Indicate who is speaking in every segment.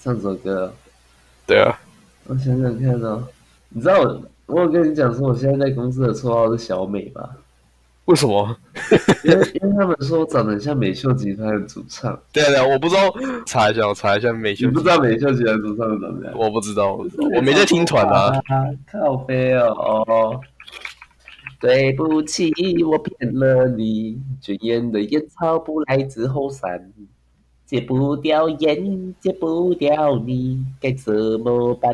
Speaker 1: 唱首歌，
Speaker 2: 对啊，
Speaker 1: 我想想看哦。你知道我，我有跟你讲说，我现在在公司的绰号是小美 吧？
Speaker 2: 为什么？
Speaker 1: 因为因为他们说我长得很像美秀集团的主唱，
Speaker 2: 对啊对啊，我不知道，查一下，我查一下美
Speaker 1: 你
Speaker 2: 秀，
Speaker 1: 不知道美秀集团主唱长怎样？
Speaker 2: 我不知道，我不知道我没在听团 啊。
Speaker 1: 啊，靠背哦哦。对不起，我骗了你。卷烟的烟草不来自后山，戒不掉烟，戒不掉你，该怎么办？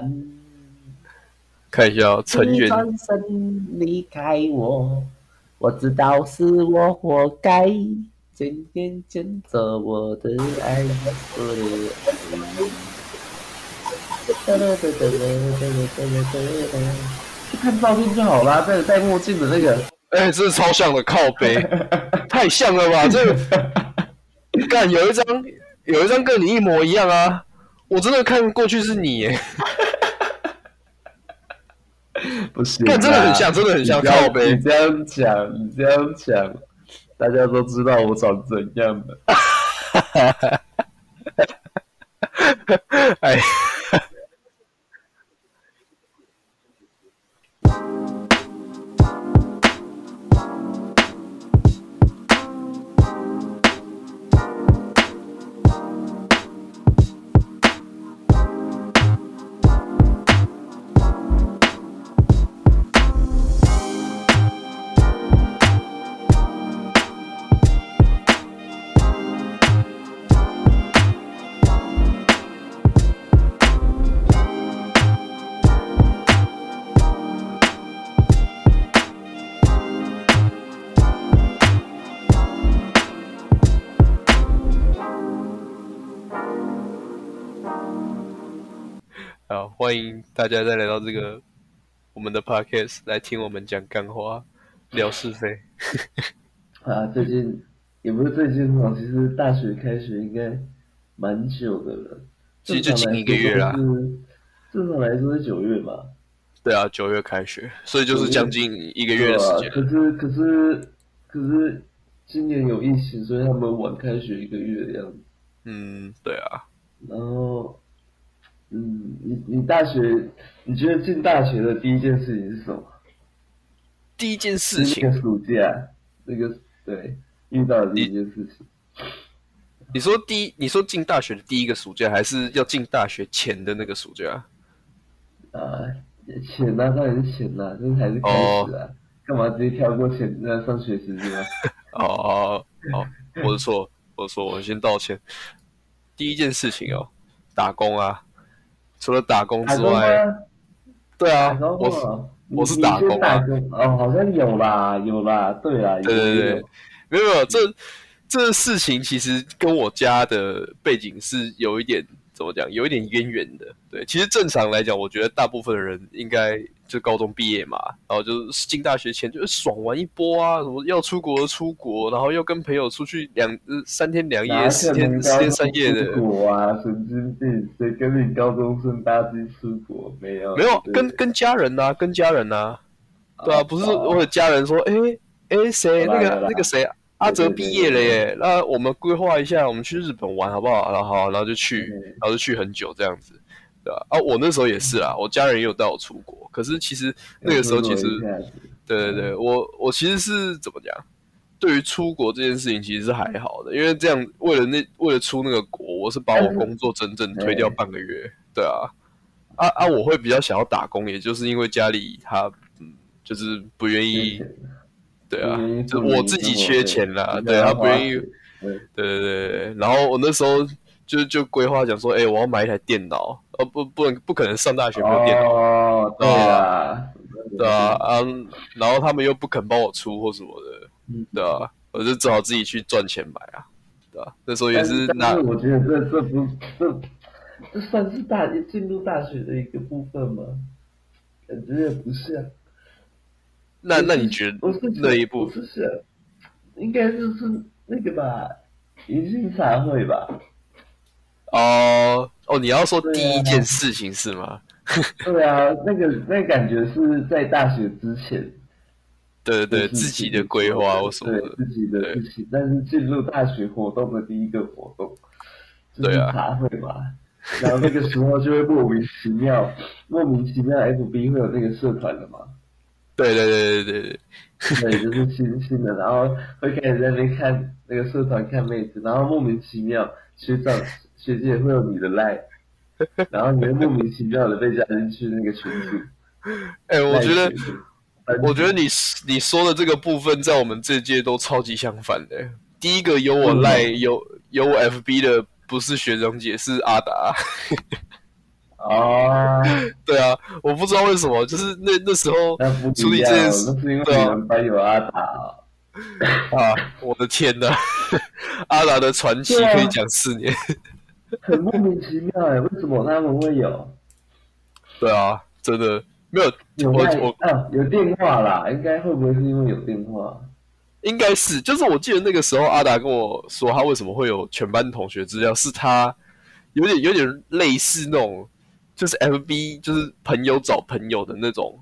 Speaker 2: 看一下哦成
Speaker 1: 你
Speaker 2: 员，
Speaker 1: 转身离开我，我知道是我活该。渐渐牵着我的爱，我的爱。哒哒哒哒哒哒哒哒哒。去看照片就好啦，那个戴墨镜的那个，
Speaker 2: 哎，这是超像的靠背，太像了 吧？这个干有一张有一张跟你一模一样啊！我真的看过去是你耶，
Speaker 1: 不行啦，
Speaker 2: 干真的很像，真的很像
Speaker 1: 你这样
Speaker 2: 靠背
Speaker 1: 你。这样讲，你这样讲，大家都知道我长怎样的。
Speaker 2: 哎，好，欢迎大家再来到这个我们的 podcast 来听我们讲干话、聊是非。
Speaker 1: 啊，最近也不是最近哦，其实大学开学应该蛮久的了，
Speaker 2: 其实就近一个月啦
Speaker 1: 正常来说是九月吧，
Speaker 2: 对啊，九月开学，所以就是将近一个
Speaker 1: 一
Speaker 2: 月的时间。
Speaker 1: 可是可是可是今年有疫情，所以他们晚开学一个月的样子。
Speaker 2: 嗯，对啊，
Speaker 1: 然后，嗯，你你大学，你觉得进大学的第一件事情是什么？
Speaker 2: 第一件事
Speaker 1: 是
Speaker 2: 情
Speaker 1: 那，个暑假，那个对遇到的第一件事情。
Speaker 2: 你说第一，你说进大学的第一个暑假，还是要进大学前的那个暑假？
Speaker 1: 啊，钱呐、当然是钱呐、这才是开始啊！干嘛直接跳过钱那上学时 间啊？
Speaker 2: 哦哦哦，
Speaker 1: 嗯
Speaker 2: 我的错，我的错，我先道歉。第一件事情哦，打工啊，除了打工
Speaker 1: 打
Speaker 2: 之
Speaker 1: 工吗？
Speaker 2: 外，对
Speaker 1: 打
Speaker 2: 啊，
Speaker 1: 工
Speaker 2: 我是
Speaker 1: 吗？
Speaker 2: 我是
Speaker 1: 你
Speaker 2: 打工啊
Speaker 1: 你先打工哦，好像有啦，有啦，对啦，有
Speaker 2: 对
Speaker 1: 有
Speaker 2: 对对，没有没有，这这事情其实跟我家的背景是有一点怎么讲，有一点渊源的。对，其实正常来讲，我觉得大部分的人应该就高中毕业嘛，然后就是进大学前就是爽玩一波啊，什么要出国的出国，然后要跟朋友出去两呃三天两
Speaker 1: 哪
Speaker 2: 夜、四
Speaker 1: 可
Speaker 2: 天
Speaker 1: 能
Speaker 2: 四
Speaker 1: 高
Speaker 2: 天
Speaker 1: 中
Speaker 2: 三夜的。
Speaker 1: 出国啊，神经病！谁跟你高中生搭机出国？没有，
Speaker 2: 没有
Speaker 1: 对
Speaker 2: 跟跟家人呐、跟家人呐、对啊，不是
Speaker 1: 哦
Speaker 2: 我的家人说，哎哎谁
Speaker 1: 有啦有
Speaker 2: 那个
Speaker 1: 啦
Speaker 2: 那个谁阿哲
Speaker 1: 对对
Speaker 2: 毕业了耶，那我们规划一下，我们去日本玩好不好？然后好然后就去
Speaker 1: 对，
Speaker 2: 然后就去很久这样子，对啊，啊，我那时候也是啊，我家人也有带我出国，可是其实那个时候其实
Speaker 1: 有出国一下子
Speaker 2: 对对对，
Speaker 1: 嗯
Speaker 2: 我我其实是怎么讲？对于出国这件事情，其实是还好的，因为这样为了那为了出那个国，我是把我
Speaker 1: 但是
Speaker 2: 工作整整推掉半个月。对啊，啊啊，我会比较想要打工，也就是因为家里他嗯，就是不愿
Speaker 1: 啊
Speaker 2: 意，对啊
Speaker 1: 嗯不愿意，
Speaker 2: 就
Speaker 1: 付你
Speaker 2: 我自
Speaker 1: 生
Speaker 2: 己
Speaker 1: 活
Speaker 2: 缺
Speaker 1: 费
Speaker 2: 钱啦，
Speaker 1: 你
Speaker 2: 对
Speaker 1: 要
Speaker 2: 他不
Speaker 1: 花
Speaker 2: 愿意
Speaker 1: 钱，对
Speaker 2: 对对对对，对然后我那时候就就规划讲说，哎、我要买一台电脑，呃、不不能不可能上大学没有电脑。
Speaker 1: 哦，对啦，
Speaker 2: 对啊，啊，然后他们又不肯帮我出或什么的，
Speaker 1: 嗯
Speaker 2: 对啊，我就只好自己去赚钱买啊，对啊，那时候也
Speaker 1: 但
Speaker 2: 是
Speaker 1: 但
Speaker 2: 拿
Speaker 1: 是，我觉得这这不这这算是大进入大学的一个部分吗？感觉也不是啊。
Speaker 2: 那
Speaker 1: 我
Speaker 2: 那
Speaker 1: 是
Speaker 2: 你觉得
Speaker 1: 我是
Speaker 2: 那一部
Speaker 1: 我是想，应该就是那个吧，迎新茶会吧？
Speaker 2: 哦哦，你要说
Speaker 1: 对啊
Speaker 2: 第一件事情是吗？
Speaker 1: 对啊，那个那感觉是在大学之前，
Speaker 2: 对对对，
Speaker 1: 就是
Speaker 2: 自己的规划或什么
Speaker 1: 对
Speaker 2: 的，
Speaker 1: 自己的
Speaker 2: 对
Speaker 1: 事情，但是进入大学活动的第一个活动，就是
Speaker 2: 对啊
Speaker 1: 茶会嘛，然后那个时候就会莫名其妙，莫名其妙 FB 会有那个社团了嘛，
Speaker 2: 对对对对对对，
Speaker 1: 对，就是新新的，然后会开始在那边看那个社团看妹子，然后莫名其妙学长学姐会有你的赖，然后你会莫名其妙的被加进去那个群组。
Speaker 2: 哎、 我觉得
Speaker 1: 赖群组，班
Speaker 2: 我觉得
Speaker 1: 群
Speaker 2: 你你说的这个部分，在我们这届都超级相反的、第一个有我赖、
Speaker 1: 嗯
Speaker 2: 有有我 FB 的，不是学长姐，是阿达。
Speaker 1: 哦，
Speaker 2: 对啊，我不知道为什么，就是那那时候
Speaker 1: 那不
Speaker 2: 处理
Speaker 1: 一样，
Speaker 2: 这件
Speaker 1: 那
Speaker 2: 事
Speaker 1: 是因为
Speaker 2: 对啊
Speaker 1: 你们班有阿达哦、
Speaker 2: 啊，我的天呐， 阿达的传奇
Speaker 1: 对啊
Speaker 2: 可以讲四年。
Speaker 1: 很莫名其妙哎，为什么他们会有
Speaker 2: 对啊，真的没有
Speaker 1: 有
Speaker 2: 我
Speaker 1: 赖
Speaker 2: 我
Speaker 1: 啊有电话啦？应该会不会是因为有电话？
Speaker 2: 应该是，就是我记得那个时候阿达跟我说，他为什么会有全班同学资料，是他有点有点类似那种，就是 FB 就是朋友找朋友的那种，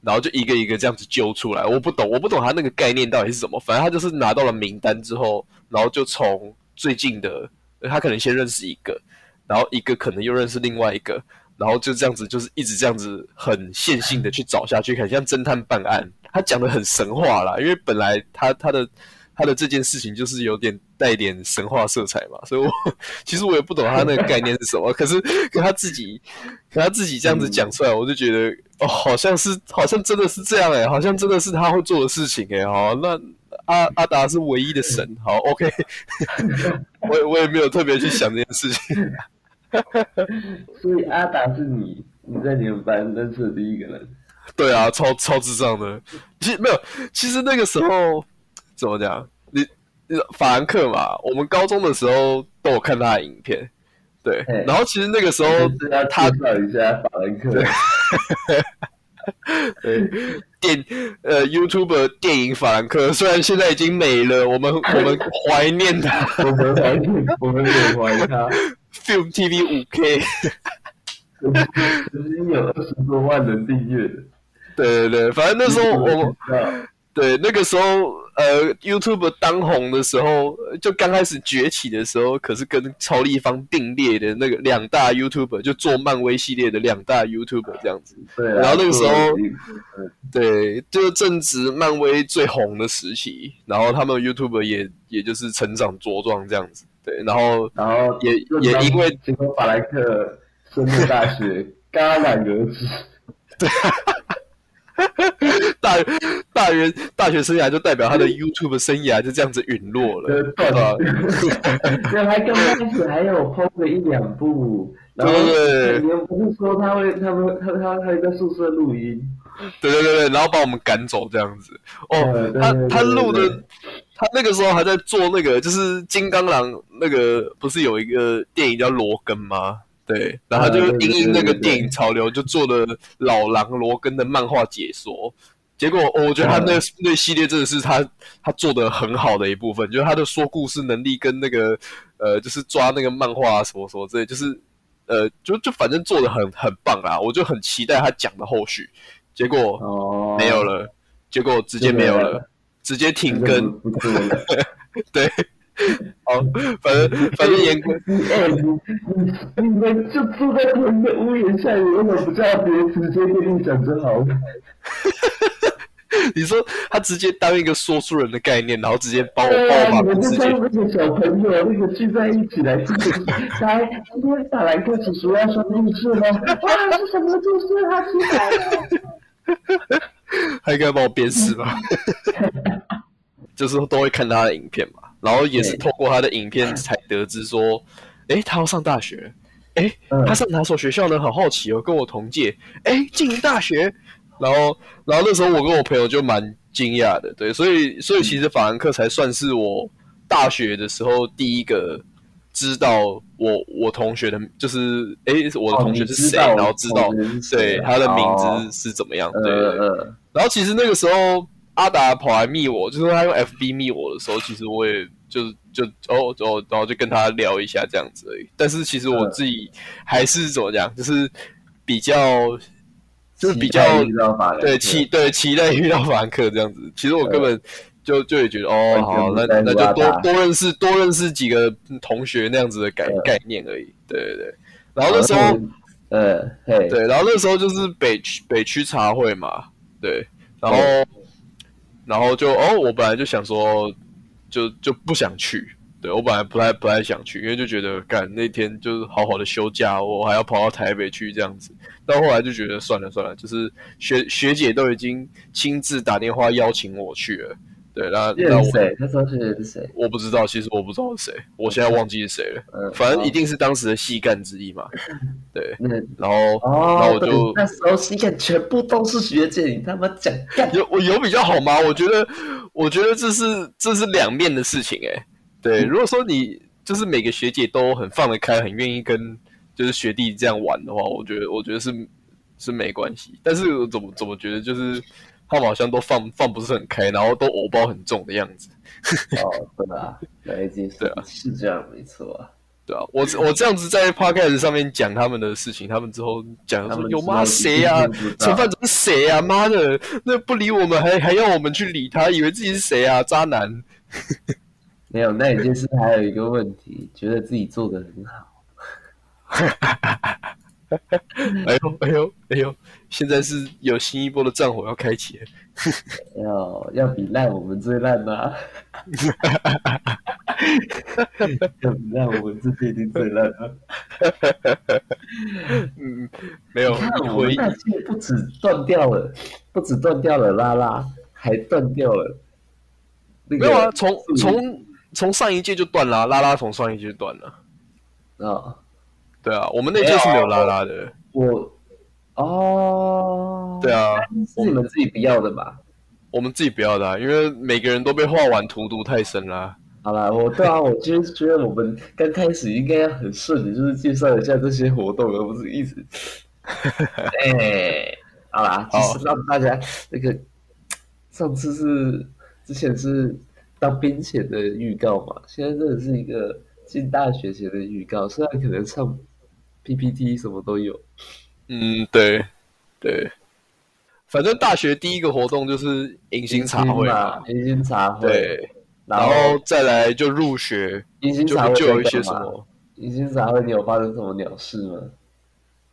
Speaker 2: 然后就一个一个这样子揪出来。我不懂，我不懂他那个概念到底是什么。反正他就是拿到了名单之后，然后就从最近的，呃他可能先认识一个，然后一个可能又认识另外一个，然后就这样子，就是一直这样子很线性的去找下去，很像侦探办案。他讲的很神话啦，因为本来他他的他的这件事情就是有点带点神话色彩嘛，所以我其实我也不懂他那个概念是什么。可是可他自己可他自己这样子讲出来，我就觉得哦，好像是好像真的是这样哎、好像真的是他会做的事情哎、好那。阿阿达是唯一的神，好，OK，我也我也没有特别去想这件事情，
Speaker 1: 所以阿达是你，你在你们班认识的第一个人。
Speaker 2: 对啊，超超智障的。其实没有，其实那个时候怎么讲？你你法兰克嘛，我们高中的时候都有看他的影片，对
Speaker 1: 嘿。嗯
Speaker 2: 然后其实那个时候
Speaker 1: 就是要
Speaker 2: 他
Speaker 1: 介绍一下法兰克，
Speaker 2: 对电呃 YouTube 电影法兰克，虽然现在已经没了，我们我们怀念他
Speaker 1: 我们怀念，我们缅怀他，
Speaker 2: Film TV 五 K。
Speaker 1: 曾经有二十多万人订阅的。
Speaker 2: 对对对，反正那时候我们。
Speaker 1: 知道
Speaker 2: 对，那个时候，呃，YouTube 当红的时候，呃就刚开始崛起的时候，可是跟超立方并列的那个两大 YouTube，就做漫威系列的两大 YouTube 这样子。
Speaker 1: 对啊，
Speaker 2: 然后那个时候
Speaker 1: 所以嗯
Speaker 2: 对，就正值漫威最红的时期，然后他们 YouTube 也也就是成长茁壮这样子。对，然后
Speaker 1: 然后
Speaker 2: 也
Speaker 1: 就
Speaker 2: 也因为
Speaker 1: 结果法兰克深入大学， 戛然而止。
Speaker 2: 大大学大学生涯就代表他的 YouTube 生涯就这样子陨落了，
Speaker 1: 呃
Speaker 2: 对啊吧？
Speaker 1: 对，还刚开始还有抛个一两步，然后
Speaker 2: 对
Speaker 1: 你们不是说他会，他们他他他会在宿舍录音，
Speaker 2: 对对对对，然后把我们赶走这样子。哦
Speaker 1: 嗯，对
Speaker 2: 他
Speaker 1: 对对
Speaker 2: 他录
Speaker 1: 对
Speaker 2: 的
Speaker 1: 对，
Speaker 2: 他那个时候还在做那个，就是金刚狼那个，不是有一个电影叫《罗根》吗？对，然后他就
Speaker 1: 嗯对对
Speaker 2: 因应那
Speaker 1: 对对
Speaker 2: 个
Speaker 1: 对
Speaker 2: 电影潮流，就做了老狼罗根的漫画解说。结果、哦我觉得
Speaker 1: 啊
Speaker 2: 他那、那系列真的是他他做的很好的一部分，就是他的说故事能力跟那个呃，就是抓那个漫画啊什么什么之类，就是呃，就就反正做的很很棒啊，我就很期待他讲的后续。结果
Speaker 1: 哦，
Speaker 2: 没有了，结果直接没有
Speaker 1: 就没有
Speaker 2: 了，直接停更。
Speaker 1: 不做了。
Speaker 2: 对，哦，反正 反正 严格
Speaker 1: 哎，你你你们就住在同一个屋檐下，你为什么不叫别人直接跟你讲就好了？
Speaker 2: 你说他直接当一个说书人的概念，然后直接帮我
Speaker 1: 对
Speaker 2: 帮
Speaker 1: 啊，
Speaker 2: 我
Speaker 1: 你
Speaker 2: 把
Speaker 1: 们就
Speaker 2: 自己
Speaker 1: 像那些小朋友那个聚在一起来听，来，今天法兰克叔叔要说故事吗？哇，是什么故事？他出来了。
Speaker 2: 他应该把我鞭死 吧？就是都会看他的影片嘛，然后也是透过他的影片才得知说，诶，他要上大学，诶，
Speaker 1: 嗯
Speaker 2: 他上哪所学校呢？很好奇哦，跟我同届，诶，进大学，然后然后那时候我跟我朋友就蛮惊讶的，对，所以所以其实法兰克才算是我大学的时候第一个知道我我同学的，就是诶，我的
Speaker 1: 哦
Speaker 2: 同
Speaker 1: 你
Speaker 2: 学是
Speaker 1: 知
Speaker 2: 谁，
Speaker 1: 道
Speaker 2: 然后
Speaker 1: 我
Speaker 2: 知
Speaker 1: 同
Speaker 2: 道
Speaker 1: 学是谁
Speaker 2: 对他的名
Speaker 1: 哦
Speaker 2: 字是怎么样，对对。对
Speaker 1: 呃，
Speaker 2: 然后其实那个时候阿达跑来密我，就是他用 FB 密我的时候，其实我也就就哦哦，然后就跟他聊一下这样子而已。但是其实我自己还是怎么讲，就是比较就是比较
Speaker 3: 呃
Speaker 1: 知道法兰克
Speaker 2: 对期对期待遇到法兰克这样子。其实我根本就就也觉得哦，
Speaker 1: 完全
Speaker 2: 好，
Speaker 1: 不
Speaker 2: 那
Speaker 1: 在乎
Speaker 2: 那
Speaker 1: 阿
Speaker 2: 就多
Speaker 1: 达
Speaker 2: 多认识多认识几个同学那样子的概
Speaker 1: 嗯
Speaker 2: 概念而已。对对对。然后那时候，
Speaker 3: 呃，嘿，
Speaker 2: 对，然后那时候就是北区北区茶会嘛，对，然后然后就哦，我本来就想说，就就不想去，对我本来不太不太想去，因为就觉得干那天就是好好的休假，我还要跑到台北去这样子，但后来就觉得算了算了，就是学学姐都已经亲自打电话邀请我去了，对，那那
Speaker 3: 认
Speaker 2: 我
Speaker 3: 识谁？那时候是认识谁？
Speaker 2: 我不知道，其实我不知道是谁，我现在忘记是谁了，
Speaker 3: 嗯，
Speaker 2: 反正
Speaker 3: 好
Speaker 2: 一定是当时的戏干之一嘛，对，
Speaker 3: 那
Speaker 2: 然后。
Speaker 3: 哦，
Speaker 2: 然后我
Speaker 3: 对
Speaker 2: 就
Speaker 3: 那时候西看全部都是学姐，你他妈讲干
Speaker 2: 有我有比较好吗？我觉得，我觉得这是这是两面的事情哎、对，
Speaker 3: 嗯
Speaker 2: 如果说你就是每个学姐都很放得开，很愿意跟就是学弟这样玩的话，我觉得我觉得是是没关系。但是我怎么怎么觉得就是他们好像都放放不是很开，然后都偶包很重的样子，
Speaker 3: 哦，对啊，那已经是
Speaker 2: 对啊
Speaker 3: 是这样，没错啊。
Speaker 2: 对啊，我我这样子在 podcast 上面讲他们的事情，他们之后讲
Speaker 3: 他
Speaker 2: 说
Speaker 3: 们
Speaker 2: 有
Speaker 3: 知
Speaker 2: 吗？
Speaker 3: 道
Speaker 2: 谁呀、
Speaker 3: 一定听不到
Speaker 2: 陈范总是谁呀、妈的，那不理我们还还要我们去理他，以为自己是谁啊？渣男。
Speaker 3: 没有，那你就是还有一个问题，觉得自己做的很好，
Speaker 2: 哎呦哎呦哎呦！现在是有新一波的战火要开启了，
Speaker 3: 要要比烂我们最烂 吗？要比烂我们这边一定最烂啊！
Speaker 2: 嗯，没有
Speaker 3: 看我
Speaker 2: 回
Speaker 3: 们
Speaker 2: 忆，
Speaker 3: 那些不止断掉了，不止断掉了拉拉，还断掉了。那个
Speaker 2: 没有啊，从
Speaker 3: 树
Speaker 2: 从从上一届就断啦，拉拉从上一届就断了，
Speaker 3: 啊，
Speaker 2: 对啊，我们那届是没有拉拉的，
Speaker 3: 我哦，
Speaker 2: 对，啊，
Speaker 3: 是你们自己不要的吧？
Speaker 2: 我们自己不要的啊、因为每个人都被画完荼毒太深啊啦。
Speaker 3: 好啦，我对啊，我就是觉得我们刚开始应该要很顺的，就是介绍一下这些活动，而不是 一直，哎、好啦，就
Speaker 2: 好
Speaker 3: 是让大家那个上次是之前是当兵前的预告嘛，现在真的是一个进大学前的预告，虽然可能上 PPT 什么都有，
Speaker 2: 嗯，对对，反正大学第一个活动就是迎新茶会
Speaker 3: 嘛
Speaker 2: 嘛，，
Speaker 3: 迎新茶会，，
Speaker 2: 对，
Speaker 3: 然
Speaker 2: 然
Speaker 3: 后
Speaker 2: 后再来就入学，
Speaker 3: 迎新
Speaker 2: 就
Speaker 3: 茶会
Speaker 2: 就有一
Speaker 3: 在
Speaker 2: 些
Speaker 3: 干
Speaker 2: 什
Speaker 3: 嘛
Speaker 2: 么。
Speaker 3: 迎新茶会，你有发生什么鸟事吗？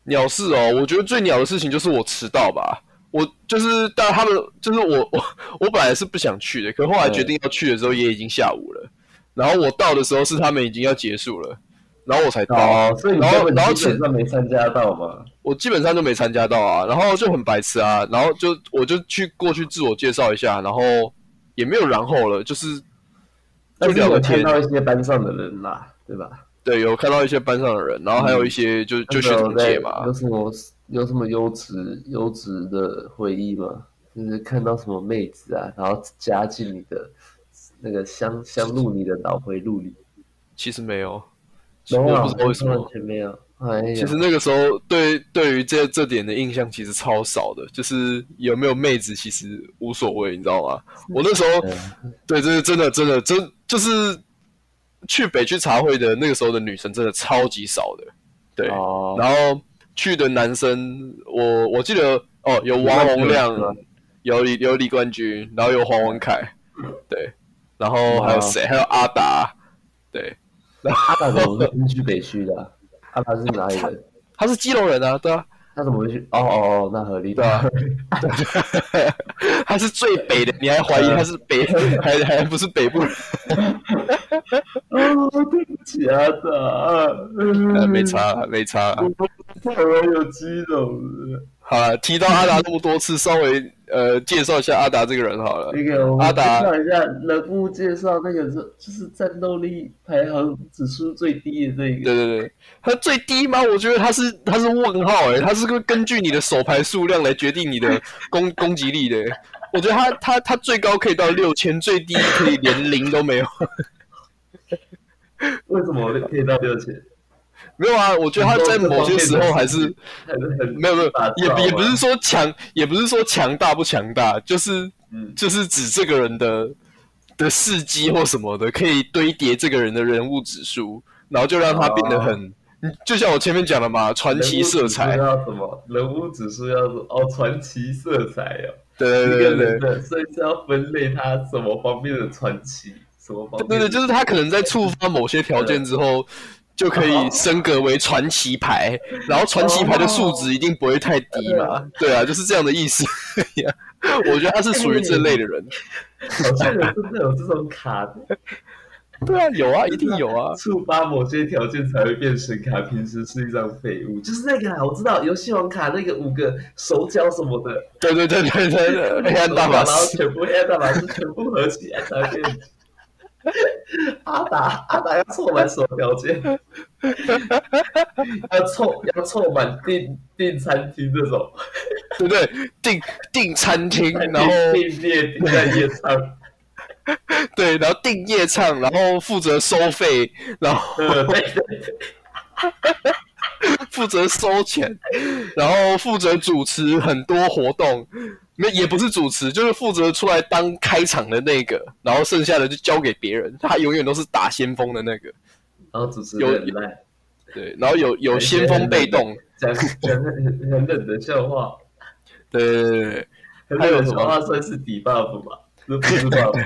Speaker 2: 鸟事哦，我觉得最鸟的事情就是我迟到吧。我就是，但他们就是我我我本来是不想去的，可后
Speaker 3: 嗯
Speaker 2: 来决定要去的时候也已经下午了。然后我到的时候是他们已经要结束了，然后我才到。
Speaker 3: 哦，所以你
Speaker 2: 然
Speaker 3: 根
Speaker 2: 后
Speaker 3: 本
Speaker 2: 然后
Speaker 3: 基
Speaker 2: 其
Speaker 3: 本上没参加到嘛？
Speaker 2: 我基本上就没参加到啊，然后就很白痴啊，然后就我就去过去自我介绍一下，然后也没有然后了，就是就
Speaker 3: 但是
Speaker 2: 聊个
Speaker 3: 我
Speaker 2: 天
Speaker 3: 看，到一些班上的人啦，对吧？
Speaker 2: 对，有看到一些班上的人，然后还有一些就、就学长姐嘛，
Speaker 3: 嗯有什么有什么优质优质的回忆吗？就是看到什么妹子啊，然后加进你的那个相相录你的脑回路里，
Speaker 2: 其实没有，
Speaker 3: 没有
Speaker 2: 我
Speaker 3: 啊，
Speaker 2: 不知道为什么
Speaker 3: 完。全没有。哎呀
Speaker 2: 其实，那个时候对对于这这点的印象其实超少的，就是有没有妹子其实无所谓，你知道吗？我那时候
Speaker 3: 嗯
Speaker 2: 对，这是真的真的真就是去北区茶会的那个时候的女生真的超级少的，对。
Speaker 3: 哦，
Speaker 2: 然后去的男生，我我记得哦，有王洪亮
Speaker 3: 李冠，
Speaker 2: 有李有李冠军，然后有黄文凯，对，然后还有谁？还有阿达，对，
Speaker 3: 阿达怎么会去北区的啊？阿达是哪里人？
Speaker 2: 他是基隆人啊，对啊。
Speaker 3: 他怎么会去？哦哦哦，那合理。
Speaker 2: 对啊， 他是最北的，你还怀疑他是北， 还还不是北部人？
Speaker 3: 哦，对不起啊，达，
Speaker 2: 呃
Speaker 3: 呃
Speaker 2: 没，差，啊没差。
Speaker 3: 台湾有基隆的。
Speaker 2: 好了，提到阿达这么多次，稍微呃介绍一下阿达这个人好了。
Speaker 3: 那个我们
Speaker 2: 阿达
Speaker 3: 介绍一下人物介绍，那个是就是战斗力排行指数最低的那
Speaker 2: 对
Speaker 3: 个。
Speaker 2: 对对，他最低吗？我觉得他是他是问号哎、他是会根据你的手牌数量来决定你的 攻攻击力的欸、我觉得他他他最高可以到六千，最低可以连零都没有。
Speaker 3: 为什么可以到六千？
Speaker 2: 没有啊，我觉得他在某些时候还是
Speaker 3: 很很
Speaker 2: 没有没有
Speaker 3: 霸道，
Speaker 2: 也不也不是
Speaker 3: 啊
Speaker 2: 说强，也不是说强大不强大，就是
Speaker 3: 嗯
Speaker 2: 就是指这个人的的事迹或什么的，可以堆叠这个人的人物指数，然后就让他变得很，嗯就像我前面讲的嘛，传奇色彩
Speaker 3: 人物指数，要什么？人物指数要什么？哦，传奇色彩哦。
Speaker 2: 对
Speaker 3: 一
Speaker 2: 对
Speaker 3: 个
Speaker 2: 对
Speaker 3: 人
Speaker 2: 对。
Speaker 3: 的，所以是要分类他什么方面的传奇，什么方面
Speaker 2: 对
Speaker 3: 的
Speaker 2: 对，就是他可能在触发某些条件之后，就可以升格为传奇牌，然后传奇牌的数值一定不会太低嘛？对啊，就是这样的意思。我觉得他是属于这类的人。
Speaker 3: 好像有真的有这种卡的，
Speaker 2: 对啊，有啊，一定有啊。
Speaker 3: 触发某些条件才会变神卡，平时是一张废物。就是那个啊，我知道游戏王卡那个五个手脚什么的，
Speaker 2: 对对对对对对，黑暗大法
Speaker 3: 然后
Speaker 2: 师。
Speaker 3: 全部黑暗大法师全部合起来才会变。阿达阿达要凑满什么条件？要凑要凑满订订餐厅这种，
Speaker 2: 对不对？订订餐厅，然后
Speaker 3: 订订夜订在夜 场，
Speaker 2: 对，然后订夜唱，然后负责收费，然 后
Speaker 3: 对呃对对。
Speaker 2: 负责收钱，然后负责主持很多活动，那也不是主持，就是负责出来当开场的那个，然后剩下的就交给别人，他永远都是打先锋的那个，
Speaker 3: 然后主持人很烂，
Speaker 2: 对，然后有有先锋被动，
Speaker 3: 讲讲很很冷的笑话，
Speaker 2: 对对对对对，
Speaker 3: 很
Speaker 2: 还有
Speaker 3: 冷的
Speaker 2: 什
Speaker 3: 笑
Speaker 2: 么
Speaker 3: 话算是底 buff 吧？是不是 buff？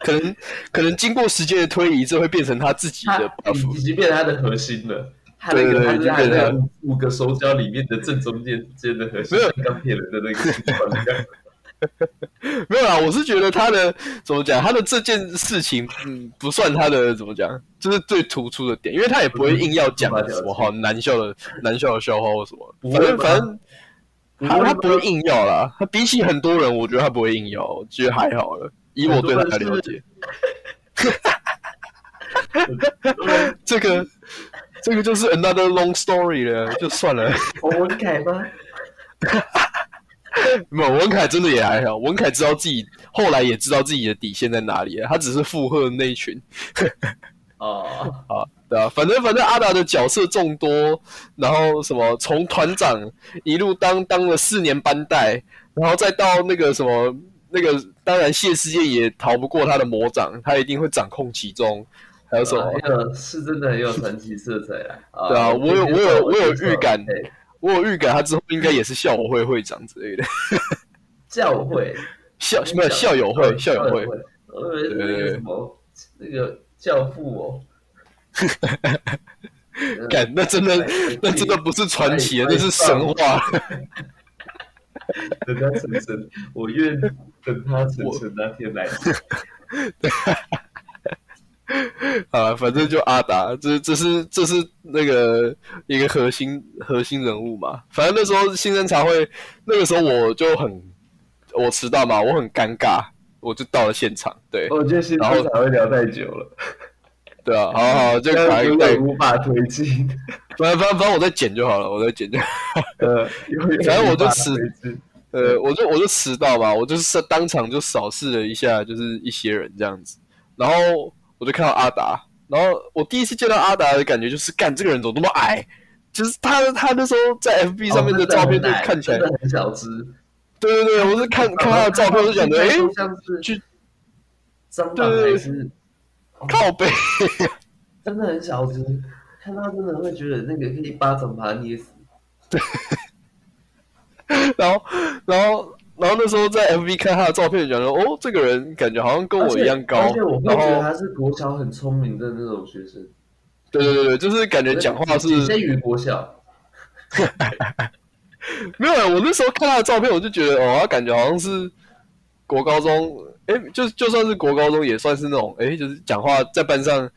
Speaker 2: 可能可能经过时间的推移，这会变成他自己
Speaker 3: 他
Speaker 2: 的 buff，
Speaker 3: 已经变成他的核心了。他那个
Speaker 2: 对对对
Speaker 3: 他是他
Speaker 2: 已经变
Speaker 3: 那
Speaker 2: 成
Speaker 3: 五五个手脚里面的正中间间的核心
Speaker 2: 没有，
Speaker 3: 钢铁人的那个地方一样。
Speaker 2: 没有啦，我是觉得他的怎么讲，他的这件事情，嗯，不算他的怎么讲，就是最突出的点，因为他也不会硬要讲什么好难笑的难笑的笑话或什么，
Speaker 3: 嗯不
Speaker 2: 反
Speaker 3: 会
Speaker 2: 正
Speaker 3: 吧
Speaker 2: 反正他他 不
Speaker 3: 会
Speaker 2: 会硬要啦，他比起很多人，我觉得他不会硬要，我觉得还好了。以我对他的了解， 这个这个就是 another long story 了，就算了。
Speaker 3: 王文凯吗？
Speaker 2: 没有文凯真的也还好，文凯知道自己后来也知道自己的底线在哪里了，他只是附和那一群。
Speaker 3: 哦，
Speaker 2: 啊，对啊，反正反正阿达的角色众多，然后什么从团长一路当当了四年班带，然后再到那个什么那个，当然谢师宴也逃不过他的魔掌，他一定会掌控其中。还有什么？
Speaker 3: 很有哎是真的很有传奇色彩啊！
Speaker 2: 对啊我有
Speaker 3: 接
Speaker 2: 我
Speaker 3: 受
Speaker 2: 有我有
Speaker 3: 接受
Speaker 2: 预感
Speaker 3: 对
Speaker 2: 我有预感他之后应该也是校友会会长之类的，
Speaker 3: 教会哦
Speaker 2: 校没有校友会校友 会，，
Speaker 3: 我以为
Speaker 2: 对
Speaker 3: 是呃那
Speaker 2: 对
Speaker 3: 个
Speaker 2: 对
Speaker 3: 什么那个教父哦。 呃
Speaker 2: 干那真
Speaker 3: 哎
Speaker 2: 的那真的不是传奇啊，那是神话。
Speaker 3: 等他成神，我愿等他成神那天来。
Speaker 2: 啊，反正就阿达，这这是这是那个一个核心核心人物嘛。反正那时候新生茶会，那个时候我就很我迟到嘛，我很尴尬，我就到了现场。对
Speaker 3: 我觉得现在才会聊太久了，
Speaker 2: 对啊，好好就
Speaker 3: 但
Speaker 2: 把
Speaker 3: 是
Speaker 2: 一
Speaker 3: 永
Speaker 2: 对
Speaker 3: 远，无法推进。
Speaker 2: 反正反正反正我再剪就好了，我再剪就好。
Speaker 3: 呃，永远
Speaker 2: 反正我就
Speaker 3: 无法
Speaker 2: 迟
Speaker 3: 推进
Speaker 2: 呃，我就我就迟到嘛，我就是当场就扫视了一下，就是一些人这样子，然后我就看到阿达，然后我第一次见到阿达的感觉就是，干这个人怎么那么矮？就是他他那时候在 FB 上面的照片就看起来，
Speaker 3: 哦真的很小只。啊
Speaker 2: 对对对，我是看看他的照片，我就想着，哎、
Speaker 3: 就像是
Speaker 2: 去
Speaker 3: 蟑螂还是
Speaker 2: 靠背，
Speaker 3: 真的很小只，看到真的会觉得那个可以一巴掌把它捏死。
Speaker 2: 然后然后然后那时候在 FB 看他的照片，想说，哦，这个人感觉好像跟我一样高，
Speaker 3: 而且而且我会
Speaker 2: 然
Speaker 3: 觉得
Speaker 2: 后
Speaker 3: 他是国小很聪明的那种学生，
Speaker 2: 对对对对，就是感觉讲话是
Speaker 3: 仅限于国小。
Speaker 2: 没有、我那时候看他的照片，我就觉得哦，他感觉好像是国高中，哎、就就算是国高中，也算是那种，哎、就是讲话在班上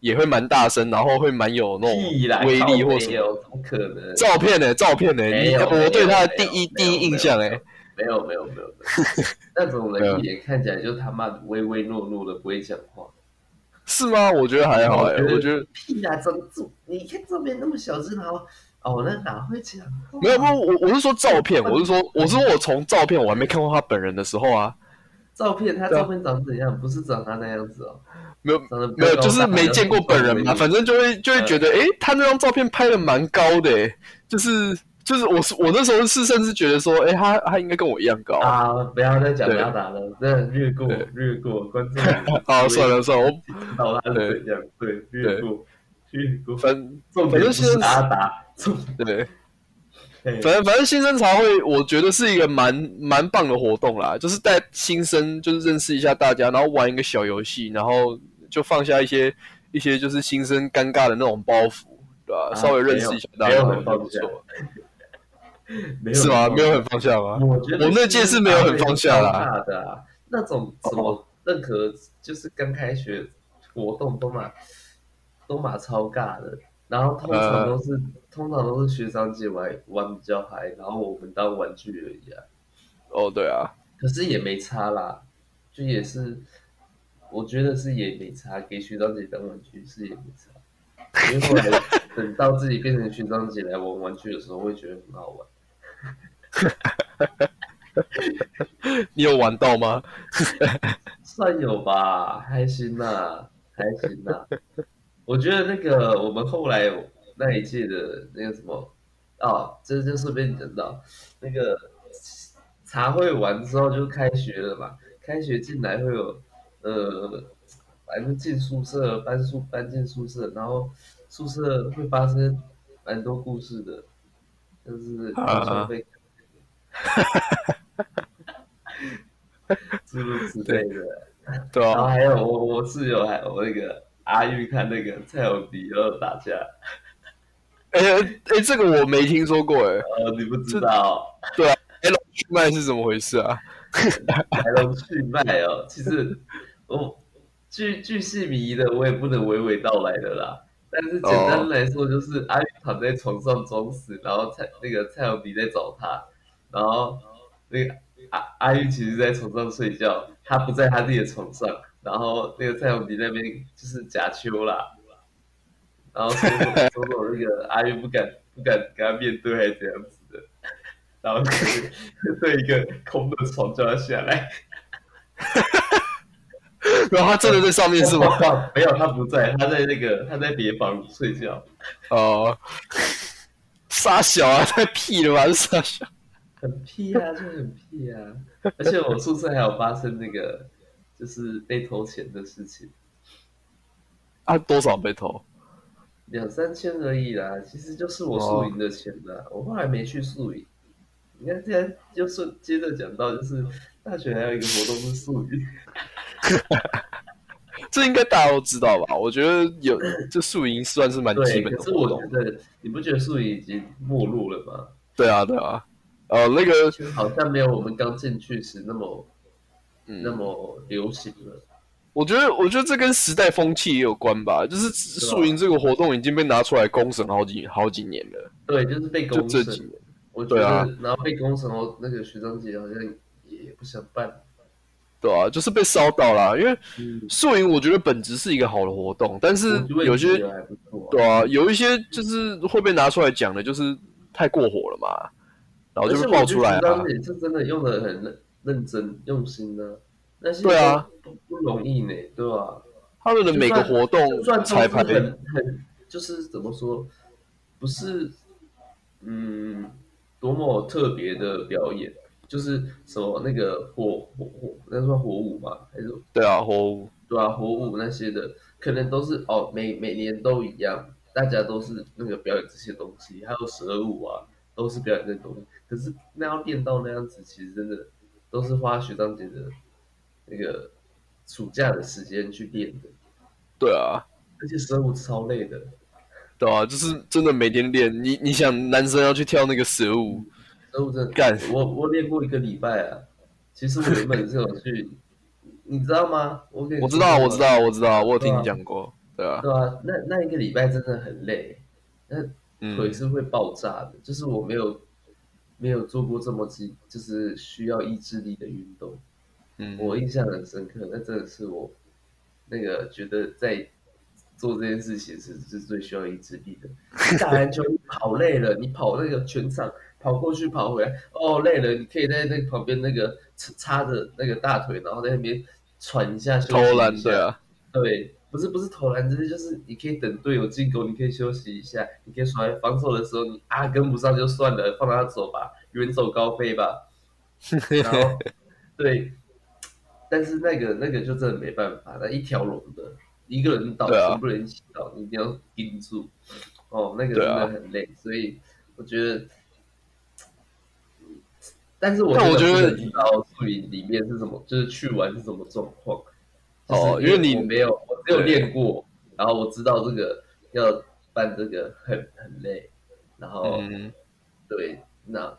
Speaker 2: 也会蛮大声，然后会蛮有那
Speaker 3: 屁啦，
Speaker 2: 种威力或
Speaker 3: 靠
Speaker 2: 什
Speaker 3: 背
Speaker 2: 么。
Speaker 3: 哦，怎么可能？
Speaker 2: 照片呢、照片呢、欸
Speaker 3: 没
Speaker 2: 你
Speaker 3: 有没有
Speaker 2: 我对他的第一
Speaker 3: 没有
Speaker 2: 第一印象哎、
Speaker 3: 没有没有没有，没有那种人一眼看起来就他妈的唯唯诺诺的，不会讲话。
Speaker 2: 是吗？我觉得还好哎、我
Speaker 3: 我
Speaker 2: 觉
Speaker 3: 觉
Speaker 2: 得
Speaker 3: 屁啦，怎么这？你看这边那么小只，然后哦，那哪会这样？
Speaker 2: 没有，没有，我我是说照片，我是说，我是说我从照片我还没看过他本人的时候啊，
Speaker 3: 照片他
Speaker 2: 对啊
Speaker 3: 照片长怎样？不是长他那样子哦，
Speaker 2: 没有
Speaker 3: 长得比较
Speaker 2: 没有，
Speaker 3: 高
Speaker 2: 就是
Speaker 3: 大
Speaker 2: 没见过本人嘛，
Speaker 3: 然后
Speaker 2: 反正就会就会觉
Speaker 3: 嗯
Speaker 2: 得，诶，他那张照片拍的蛮高的、诶就是就是我是我那时候是甚至觉得说，诶，他他应该跟我一样高。啊，
Speaker 3: 啊，不要再讲
Speaker 2: 对
Speaker 3: 阿达了，那略过
Speaker 2: 对
Speaker 3: 略过，观众
Speaker 2: 算了算了，我
Speaker 3: 知道他是怎样，对，略过略过。
Speaker 2: 反
Speaker 3: 重
Speaker 2: 反
Speaker 3: 点
Speaker 2: 正
Speaker 3: 不
Speaker 2: 现
Speaker 3: 是
Speaker 2: 在
Speaker 3: 阿达，重
Speaker 2: 对，
Speaker 3: 点
Speaker 2: 反正反正新生茶会，我觉得是一个蛮蛮棒的活动啦，就是带新生就是认识一下大家，然后玩一个小游戏，然后就放下一些一些就是心生尴尬的那种包袱，对吧、
Speaker 3: 啊
Speaker 2: 稍微认识一下大
Speaker 3: 没
Speaker 2: 家
Speaker 3: 有
Speaker 2: 好
Speaker 3: 没有
Speaker 2: 像
Speaker 3: 很
Speaker 2: 就
Speaker 3: 放
Speaker 2: 不
Speaker 3: 下
Speaker 2: 错，
Speaker 3: 没有
Speaker 2: 是吗？
Speaker 3: 很
Speaker 2: 没有很放下吗？
Speaker 3: 啊我觉得
Speaker 2: 嗯我那届是没有很放下啦
Speaker 3: 大的啊、那种什么任何就是刚开学活动都嘛都嘛超尬的，然后通常都
Speaker 2: 呃
Speaker 3: 是、通常都是学长姐玩玩比较嗨，然后我们当玩具而已啊，
Speaker 2: 哦，对啊，
Speaker 3: 可是也没差啦，就也是我觉得是也没差，给学长姐当玩具是也没差。因为后来等到自己变成学长姐来玩玩具的时候，会觉得很好玩。
Speaker 2: 你有玩到吗？
Speaker 3: 算有吧，还行呐、还行呐、我觉得那个我们后来那一届的那个什么，哦，这就顺便讲到那个茶会完之后就开学了嘛，开学进来会有呃，反正进宿舍搬宿搬进宿舍，然后宿舍会发生蛮多故事的，就是常常被。 诸如此类的，
Speaker 2: 对
Speaker 3: 然后
Speaker 2: 啊，
Speaker 3: 还有我我室友还有那个阿玉看那个蔡永迪然后打架，
Speaker 2: 哎哎、这个我没听说过哎、
Speaker 3: 呃，你不知道
Speaker 2: 对啊，哎、龙去脉是怎么回事啊？
Speaker 3: 来龙去脉哦。其实我巨巨细迷的我也不能娓娓道来的啦。但是简单来说，就是阿玉躺在床上装死，然后蔡那个蔡永迪在找他，然后那个阿阿玉其实在床上睡觉，他不在他自己的床上，然后那个蔡永迪那边就是假秋啦，然后说说说那个阿玉不敢不敢跟他面对，还是怎样子的，然后就是 对一个空的床叫他下来，
Speaker 2: 然后他真的在上面是 吗？？
Speaker 3: 没有，他不在，他在那个他在别房睡觉。
Speaker 2: 哦，傻小啊， 太屁了吧，这傻小。
Speaker 3: 很屁啊，就很屁啊！而且我宿舍还有发生那个，就是被偷钱的事情，
Speaker 2: 啊，多少被偷？
Speaker 3: 两三千而已啦，其实就是我宿营的钱啦。我后来没去宿营，你看现在就是接着讲到，就是大学还有一个活动是宿营，
Speaker 2: 这应该大家都知道吧？我觉得有这宿营算是蛮基
Speaker 3: 对，
Speaker 2: 本的
Speaker 3: 可是
Speaker 2: 活
Speaker 3: 我
Speaker 2: 动
Speaker 3: 觉。得你不觉得宿营已经没落了吗？
Speaker 2: 对啊，对啊。呃，那个，
Speaker 3: 就好像没有我们刚进去时那么那
Speaker 2: 嗯，
Speaker 3: 么流行了。
Speaker 2: 我觉得，我觉得这跟时代风气也有关吧。就是
Speaker 3: 啊
Speaker 2: 宿营这个活动已经被拿出来公审好几好几年了，
Speaker 3: 对，就是被
Speaker 2: 就
Speaker 3: 公
Speaker 2: 这几
Speaker 3: 审
Speaker 2: 年。。
Speaker 3: 我觉得，
Speaker 2: 对啊
Speaker 3: 然后被攻城后，那个学长姐好像也不想办。
Speaker 2: 对啊，就是被烧到啦。因为
Speaker 3: 嗯，
Speaker 2: 宿营，我觉得本质是一个好的活动，但是有些
Speaker 3: 还不错、啊。
Speaker 2: 对啊，有一些就是会被拿出来讲的，就是太过火了嘛，然后就被爆出来
Speaker 3: 而且我
Speaker 2: 啊
Speaker 3: 觉得学长。姐是真的用的很认认真用心呢、那些
Speaker 2: 对啊
Speaker 3: 不不容易呢，对吧、
Speaker 2: 他们的每个活
Speaker 3: 就
Speaker 2: 动
Speaker 3: 算都
Speaker 2: 彩
Speaker 3: 是
Speaker 2: 排，
Speaker 3: 很很就是怎么说，不是嗯多么特别的表演，就是什么那个火火火，那算火舞吗？还是
Speaker 2: 对啊，火舞，
Speaker 3: 对啊，火舞那些的，可能都是哦，每每年都一样，大家都是那个表演这些东西，还有蛇舞啊，都是表演这东西。可是那要练到那样子，其实真的都是花学长姐的那个暑假的时间去练的，
Speaker 2: 对啊，
Speaker 3: 而且蛇舞超累的。
Speaker 2: 对啊，就是真的每天练。你你想，男生要去跳那个蛇舞，
Speaker 3: 蛇舞真的，
Speaker 2: 干
Speaker 3: 我我练过一个礼拜啊。其实我原本是有去，你知道吗？我跟你
Speaker 2: 我知道，
Speaker 3: 说
Speaker 2: 我知，道，我知道，我有听
Speaker 3: 对啊
Speaker 2: 你讲过，对啊，
Speaker 3: 啊对啊，那那一个礼拜真的很累，那腿
Speaker 2: 嗯，
Speaker 3: 是会爆炸的，就是我没有没有做过这么激，就是需要意志力的运动，
Speaker 2: 嗯，
Speaker 3: 我印象很深刻。那真的是我那个觉得在做这件事情时是最需要意志力的。你打篮球你跑累了，你跑那个全场跑过去跑回来，哦累了，你可以在那个旁边那个插插着那个大腿，然后在那边喘一下休息一
Speaker 2: 投篮，
Speaker 3: 下
Speaker 2: 对啊，
Speaker 3: 对，不是不是投篮，就是就是你可以等队友进攻，你可以休息一下，你可以甩防守的时候，你啊跟不上就算了，放他走吧，远走高 飞吧。然后对，但是那个那个就真的没办法，那一条龙的，一个人倒，
Speaker 2: 对啊
Speaker 3: 全部人一起倒，你一定要盯住。哦，那个
Speaker 2: 对
Speaker 3: 真
Speaker 2: 啊
Speaker 3: 的很累，所以我觉得。但是我
Speaker 2: 但我
Speaker 3: 真
Speaker 2: 觉
Speaker 3: 的不
Speaker 2: 得
Speaker 3: 能知道宿营里面是什么，就是去玩是什么状况。
Speaker 2: 哦
Speaker 3: 就是
Speaker 2: 因为你
Speaker 3: 我没有，我只有练过，然后我知道这个要办这个很很累，然后、
Speaker 2: 嗯，
Speaker 3: 对那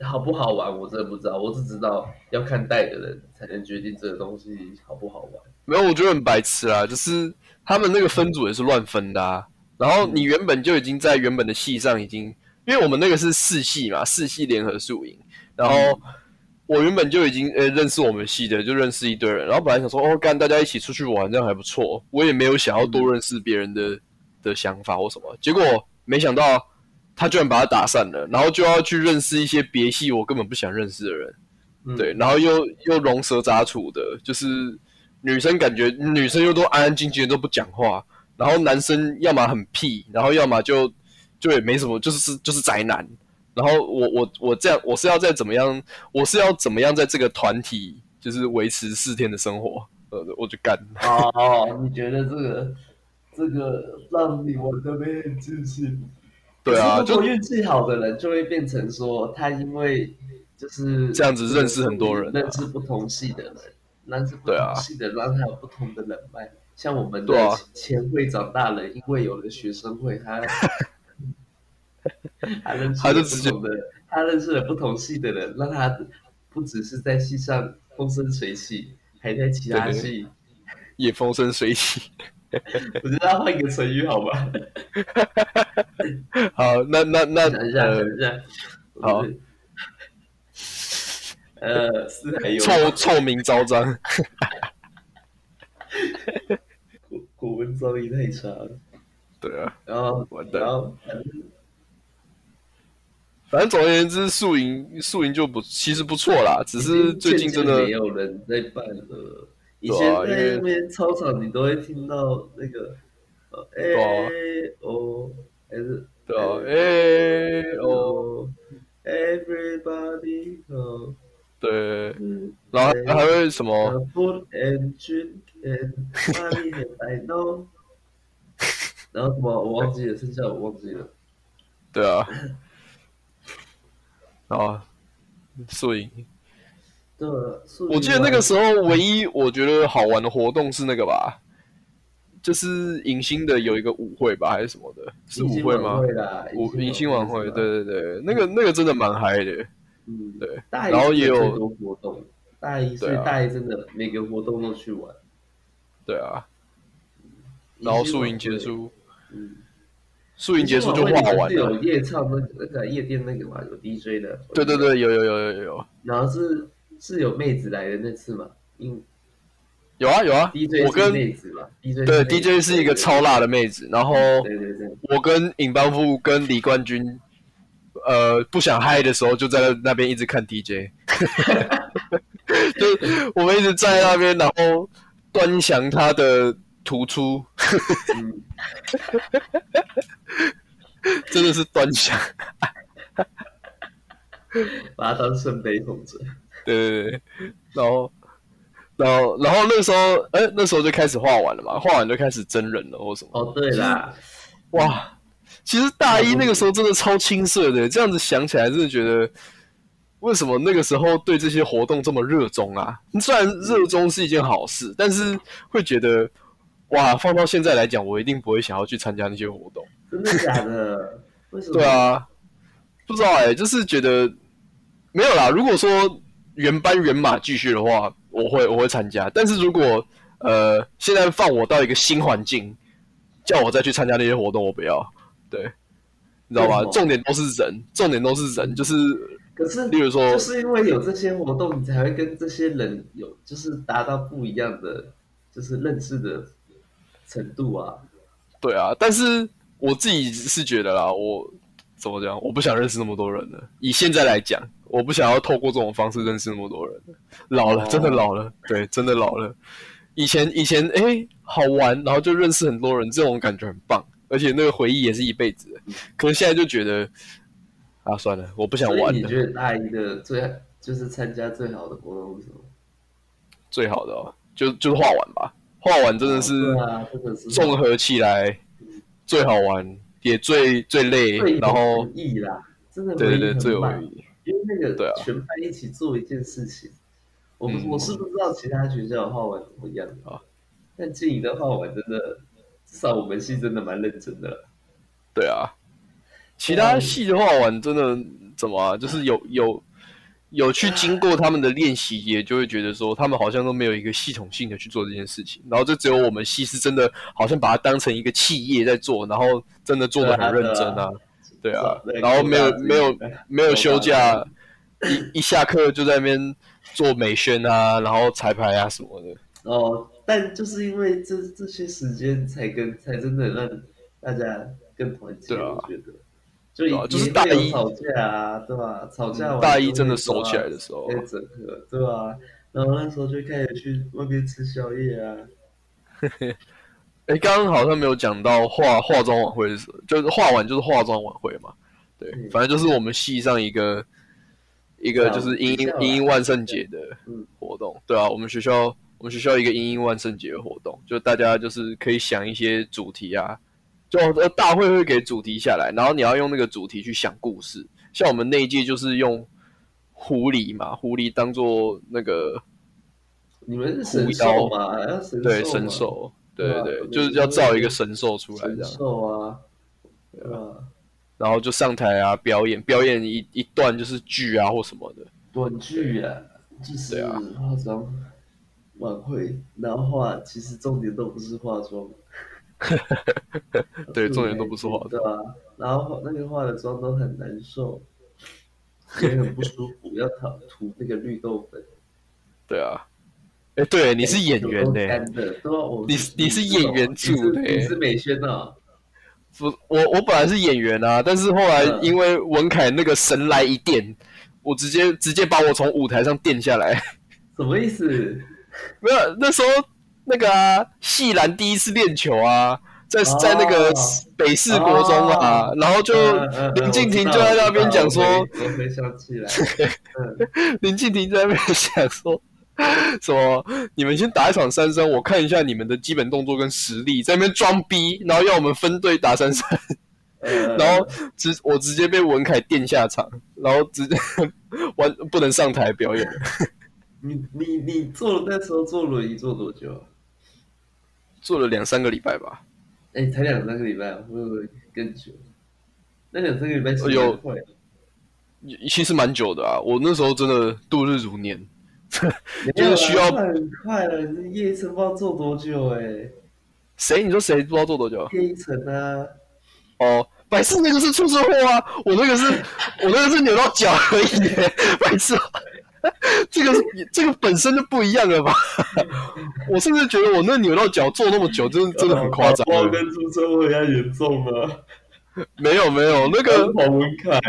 Speaker 3: 好不好玩我真的不知道，我只知道要看带的人才能决定这个东西好不好玩。
Speaker 2: 没有，我觉得很白痴啦，就是他们那个分组也是乱分的啊。然后你原本就已经在原本的系上已经，因为我们那个是四系嘛，四系联合宿营。然后我原本就已经呃认识我们系的，就认识一堆人。然后本来想说哦干，大家一起出去玩这样还不错，我也没有想要多认识别人的的想法或什么。结果没想到他居然把他打散了，然后就要去认识一些别系我根本不想认识的人。
Speaker 3: 嗯
Speaker 2: 对，然后又又龙蛇杂处的，就是女生感觉女生又都安安静静的都不讲话，然后男生要么很屁，然后要么就就也没什么，就是就是宅男。然后我我我这样我是要在怎么样，我是要怎么样在这个团体就是维持四天的生活，呃，我就干。
Speaker 3: 哦，
Speaker 1: 你觉得这个
Speaker 3: 这个让你玩的没很自信。
Speaker 2: 对啊，
Speaker 3: 可是如
Speaker 2: 就
Speaker 3: 果运气好的人就会变成说，他因为就是
Speaker 2: 这样子认识很多人啊
Speaker 3: 认识不同系的人，认识不
Speaker 2: 对啊
Speaker 3: 同系的人，让他有不同的人脉。像我们的
Speaker 2: 对啊
Speaker 3: 前会长大人，因为有了学生会，他 他认识
Speaker 2: 他
Speaker 3: 了
Speaker 2: 就
Speaker 3: 不
Speaker 2: 直接
Speaker 3: 同的，他认识了不同系的人，让他不只是在系上风生水起，还在其他
Speaker 2: 对对
Speaker 3: 系。
Speaker 2: 也风生水起。
Speaker 3: 我觉得他换一个成语好吧？
Speaker 2: 好，那那 那
Speaker 3: 想一下，
Speaker 2: 呃
Speaker 3: 想一下。
Speaker 2: 好。
Speaker 3: 呃，四海游
Speaker 2: 臭臭名昭彰。
Speaker 3: 古古文造诣太差了。
Speaker 2: 对啊，
Speaker 3: 然后，
Speaker 2: 完蛋
Speaker 3: 然后，反正
Speaker 2: 反正总而言之，宿营宿营就不其实不错啦，只是最近真
Speaker 3: 渐
Speaker 2: 的
Speaker 3: 渐没有人在办了。以
Speaker 2: 对
Speaker 3: 前
Speaker 2: 啊因
Speaker 3: 在
Speaker 2: 为
Speaker 3: 那边操场，你都会听到那个，呃，
Speaker 2: 啊
Speaker 3: 哎哦，还是
Speaker 2: 对啊，哎、哦，
Speaker 3: 哦，everybody go，
Speaker 2: 对，
Speaker 3: 嗯
Speaker 2: 然后还还会什么？
Speaker 3: 呃，food and drink and money and I know，然后什么我忘记了，剩下我忘记了。
Speaker 2: 对啊，啊，宿营。
Speaker 3: 对啊，宿
Speaker 2: 我记得
Speaker 3: 营
Speaker 2: 那
Speaker 3: 玩
Speaker 2: 个时候唯一我觉得好玩的活动是那个吧，就是迎新的有一个舞会吧，还是什么的？是舞会吗？
Speaker 3: 啦，
Speaker 2: 舞迎新晚会，
Speaker 3: 是吧，
Speaker 2: 对对对，那个那个真的蛮嗨的，
Speaker 3: 嗯，
Speaker 2: 对。
Speaker 3: 大一
Speaker 2: 然后也有
Speaker 3: 真的最多活动，大一所以
Speaker 2: 对啊
Speaker 3: 大一真的每个活动都去玩，
Speaker 2: 对啊，然后宿营
Speaker 3: 新
Speaker 2: 结
Speaker 3: 晚会，
Speaker 2: 束，
Speaker 3: 嗯，
Speaker 2: 宿营结束就
Speaker 3: 新
Speaker 2: 画
Speaker 3: 晚会
Speaker 2: 完
Speaker 3: 是有
Speaker 2: 了。
Speaker 3: 夜唱那个那个夜店那个嘛，有 DJ 的，
Speaker 2: 对对，对，有有有有有
Speaker 3: 然后是是有妹子来的那次嘛，因
Speaker 2: 有啊有啊
Speaker 3: DJ
Speaker 2: 我
Speaker 3: 是
Speaker 2: 跟
Speaker 3: 妹子嘛，DJ 是
Speaker 2: 对
Speaker 3: 妹子
Speaker 2: DJ 是一个超辣的妹子，然后
Speaker 3: 对对对，
Speaker 2: 我跟尹邦富跟李冠军，呃，不想嗨的时候就在那边一直看 DJ，就我们一直在那边，然后端详他的突出，
Speaker 3: 嗯，
Speaker 2: 真的是端详，
Speaker 3: 把它当圣杯捧着，
Speaker 2: 对对对，然后。然后，然后那时候，哎，那时候就开始画完了嘛，画完就开始真人了或什么。
Speaker 3: 哦对啦，
Speaker 2: 哇，其实大一那个时候真的超青涩的，这样子想起来，真的觉得为什么那个时候对这些活动这么热衷啊？虽然热衷是一件好事，但是会觉得哇，放到现在来讲，我一定不会想要去参加那些活动。
Speaker 3: 真的假 的？为什么？
Speaker 2: 对，啊，不知道哎、就是觉得没有啦。如果说原班原马继续的话，我会我会参加。但是如果呃现在放我到一个新环境，叫我再去参加那些活动，我不要。对，你知道
Speaker 3: 为
Speaker 2: 吧
Speaker 3: 什？么
Speaker 2: 重点都是人，重点都是人，就是
Speaker 3: 可是
Speaker 2: 例如说
Speaker 3: 就是因为有这些活动，你才会跟这些人有，就是达到不一样的，就是认识的程度啊。
Speaker 2: 对啊。但是我自己是觉得啦，我怎么讲？我不想认识那么多人了。以现在来讲，我不想要透过这种方式认识那么多人。老了，
Speaker 3: 哦
Speaker 2: 真的老了，对，真的老了。以前以前哎、诶好玩，然后就认识很多人，这种感觉很棒，而且那个回忆也是一辈子的。可是现在就觉得啊，算了，我不想
Speaker 3: 所以
Speaker 2: 玩
Speaker 3: 你
Speaker 2: 了。
Speaker 3: 觉得大一的最就是参加最好的活动是什么？
Speaker 2: 最好的哦，就就是画完吧，画完真的是
Speaker 3: 对啊，真的是
Speaker 2: 综合起来最好玩，也最最累，
Speaker 3: 最有
Speaker 2: 然后
Speaker 3: 意义啦，真的
Speaker 2: 对对
Speaker 3: 回忆
Speaker 2: 对，
Speaker 3: 很
Speaker 2: 最有
Speaker 3: 棒
Speaker 2: 意义。
Speaker 3: 因为那
Speaker 2: 对
Speaker 3: 个
Speaker 2: 啊
Speaker 3: 全班一起做一件事情，我不
Speaker 2: 嗯
Speaker 3: 我是不知道其他学校的画完怎么样
Speaker 2: 啊
Speaker 3: 啊，但静怡的画完真的至少我们系真的蛮认真的了。
Speaker 2: 对啊，其
Speaker 3: 哦
Speaker 2: 他戏的话玩真的怎么、啊，就是有有有去经过他们的练习，也就会觉得说他们好像都没有一个系统性的去做这件事情，然后就只有我们系是真的好像把它当成一个企业在做，然后真的做的很认真啊，对啊，
Speaker 3: 对啊
Speaker 2: 然后没有
Speaker 3: 对啊
Speaker 2: 没有没有休假，一一下课就在那边做美宣啊，然后彩排啊什么的，
Speaker 3: 哦，但就是因为这这些时间，才跟才真的让大家更团结。
Speaker 2: 对啊
Speaker 3: 我觉得，就
Speaker 2: 对啊
Speaker 3: 也
Speaker 2: 就是
Speaker 3: 会
Speaker 2: 大
Speaker 3: 有
Speaker 2: 一嗯
Speaker 3: 吵架啊，对吧、吵架完
Speaker 2: 大
Speaker 3: 就
Speaker 2: 一
Speaker 3: 会
Speaker 2: 真的
Speaker 3: 说
Speaker 2: 熟
Speaker 3: 啊
Speaker 2: 起来的时候
Speaker 3: 在，整合，对吧、然后那时候就开始去外面吃宵夜啊，
Speaker 2: 哎，刚刚好像没有讲到化化妆晚会是什么，就是化完就是化妆晚会嘛。对，
Speaker 3: 嗯
Speaker 2: 反正就是我们系上一个一个就是
Speaker 3: 对啊
Speaker 2: 英
Speaker 3: 我们学校
Speaker 2: 英
Speaker 3: 啊
Speaker 2: 英英万圣节的
Speaker 3: 嗯
Speaker 2: 活动，对啊，我们学校我们学校一个英英万圣节的活动，就大家就是可以想一些主题啊，就呃大会会给主题下来，然后你要用那个主题去想故事。像我们那一届就是用狐狸嘛，狐狸当做那个
Speaker 3: 你们是
Speaker 2: 狐
Speaker 3: 神
Speaker 2: 妖
Speaker 3: 兽嘛？要神兽
Speaker 2: 对
Speaker 3: 嘛
Speaker 2: 神，兽，对对
Speaker 3: 对啊
Speaker 2: 对，
Speaker 3: 我
Speaker 2: 就
Speaker 3: 们
Speaker 2: 是要造一个神兽出来这
Speaker 3: 神
Speaker 2: 样。啊
Speaker 3: 兽啊，对吧？
Speaker 2: 然后就上台啊表演，表演一一段就是剧啊或什么的。
Speaker 3: 短剧啊，就是
Speaker 2: 对啊
Speaker 3: 化妆晚会，然后化其实重点都不是化妆，嗯
Speaker 2: 对，重点都不是化
Speaker 3: 对
Speaker 2: 妆。
Speaker 3: 啊，然后那个化的妆都很难受，也很不舒服，要涂涂那个绿豆粉。
Speaker 2: 对啊，哎，对，你是演员欸呢、
Speaker 3: 有够干的，对啊，我
Speaker 2: 你你是演员组的
Speaker 3: 你是你是美宣哦，
Speaker 2: 不，我我本来是演员啊，但是后来
Speaker 3: 嗯
Speaker 2: 因为文凯那个神来一电，我直接直接把我从舞台上电下来。
Speaker 3: 什么意思？
Speaker 2: 没有，那时候那个啊，细兰第一次练球啊，在
Speaker 3: 哦
Speaker 2: 在那个北市国中啊，
Speaker 3: 哦
Speaker 2: 然后就
Speaker 3: 嗯嗯
Speaker 2: 林
Speaker 3: 嗯
Speaker 2: 敬
Speaker 3: 我
Speaker 2: 亭
Speaker 3: 知
Speaker 2: 就
Speaker 3: 道
Speaker 2: 在那边讲说，
Speaker 3: 我知道我回想起来，嗯，
Speaker 2: 林敬亭在那边想说什么？你们先打一场三三，我看一下你们的基本动作跟实力，在那边装逼，然后要我们分队打三三，
Speaker 3: 呃
Speaker 2: 然后直我直接被文凯垫下场，然后直接 完不能上台表演。
Speaker 3: 你你你坐那时候坐轮椅坐多久啊？
Speaker 2: 做了两三个礼拜吧，
Speaker 3: 哎，才两三个礼拜啊，会不会更久？那两三个礼拜其实
Speaker 2: 有
Speaker 3: 蛮快的，
Speaker 2: 其实蛮久的啊。我那时候真的度日如年，
Speaker 3: 没有
Speaker 2: 就
Speaker 3: 啦
Speaker 2: 是需要
Speaker 3: 那很快了。你叶一晨不知道做多久哎，
Speaker 2: 谁你说谁不知道做多久？
Speaker 3: 叶一晨啊，
Speaker 2: 哦，百事那个是出车祸啊，我那个是我那个是扭到脚而已 耶，百事，这个是这个本身就不一样了吧？ 我甚至觉得我那扭到脚坐那么久，真的真的很夸张欸
Speaker 3: 哦搞不好
Speaker 2: 了。
Speaker 3: 呃跟朱车祸一样严 重啊。
Speaker 2: 没有没有，那个
Speaker 3: 跟黄文凯，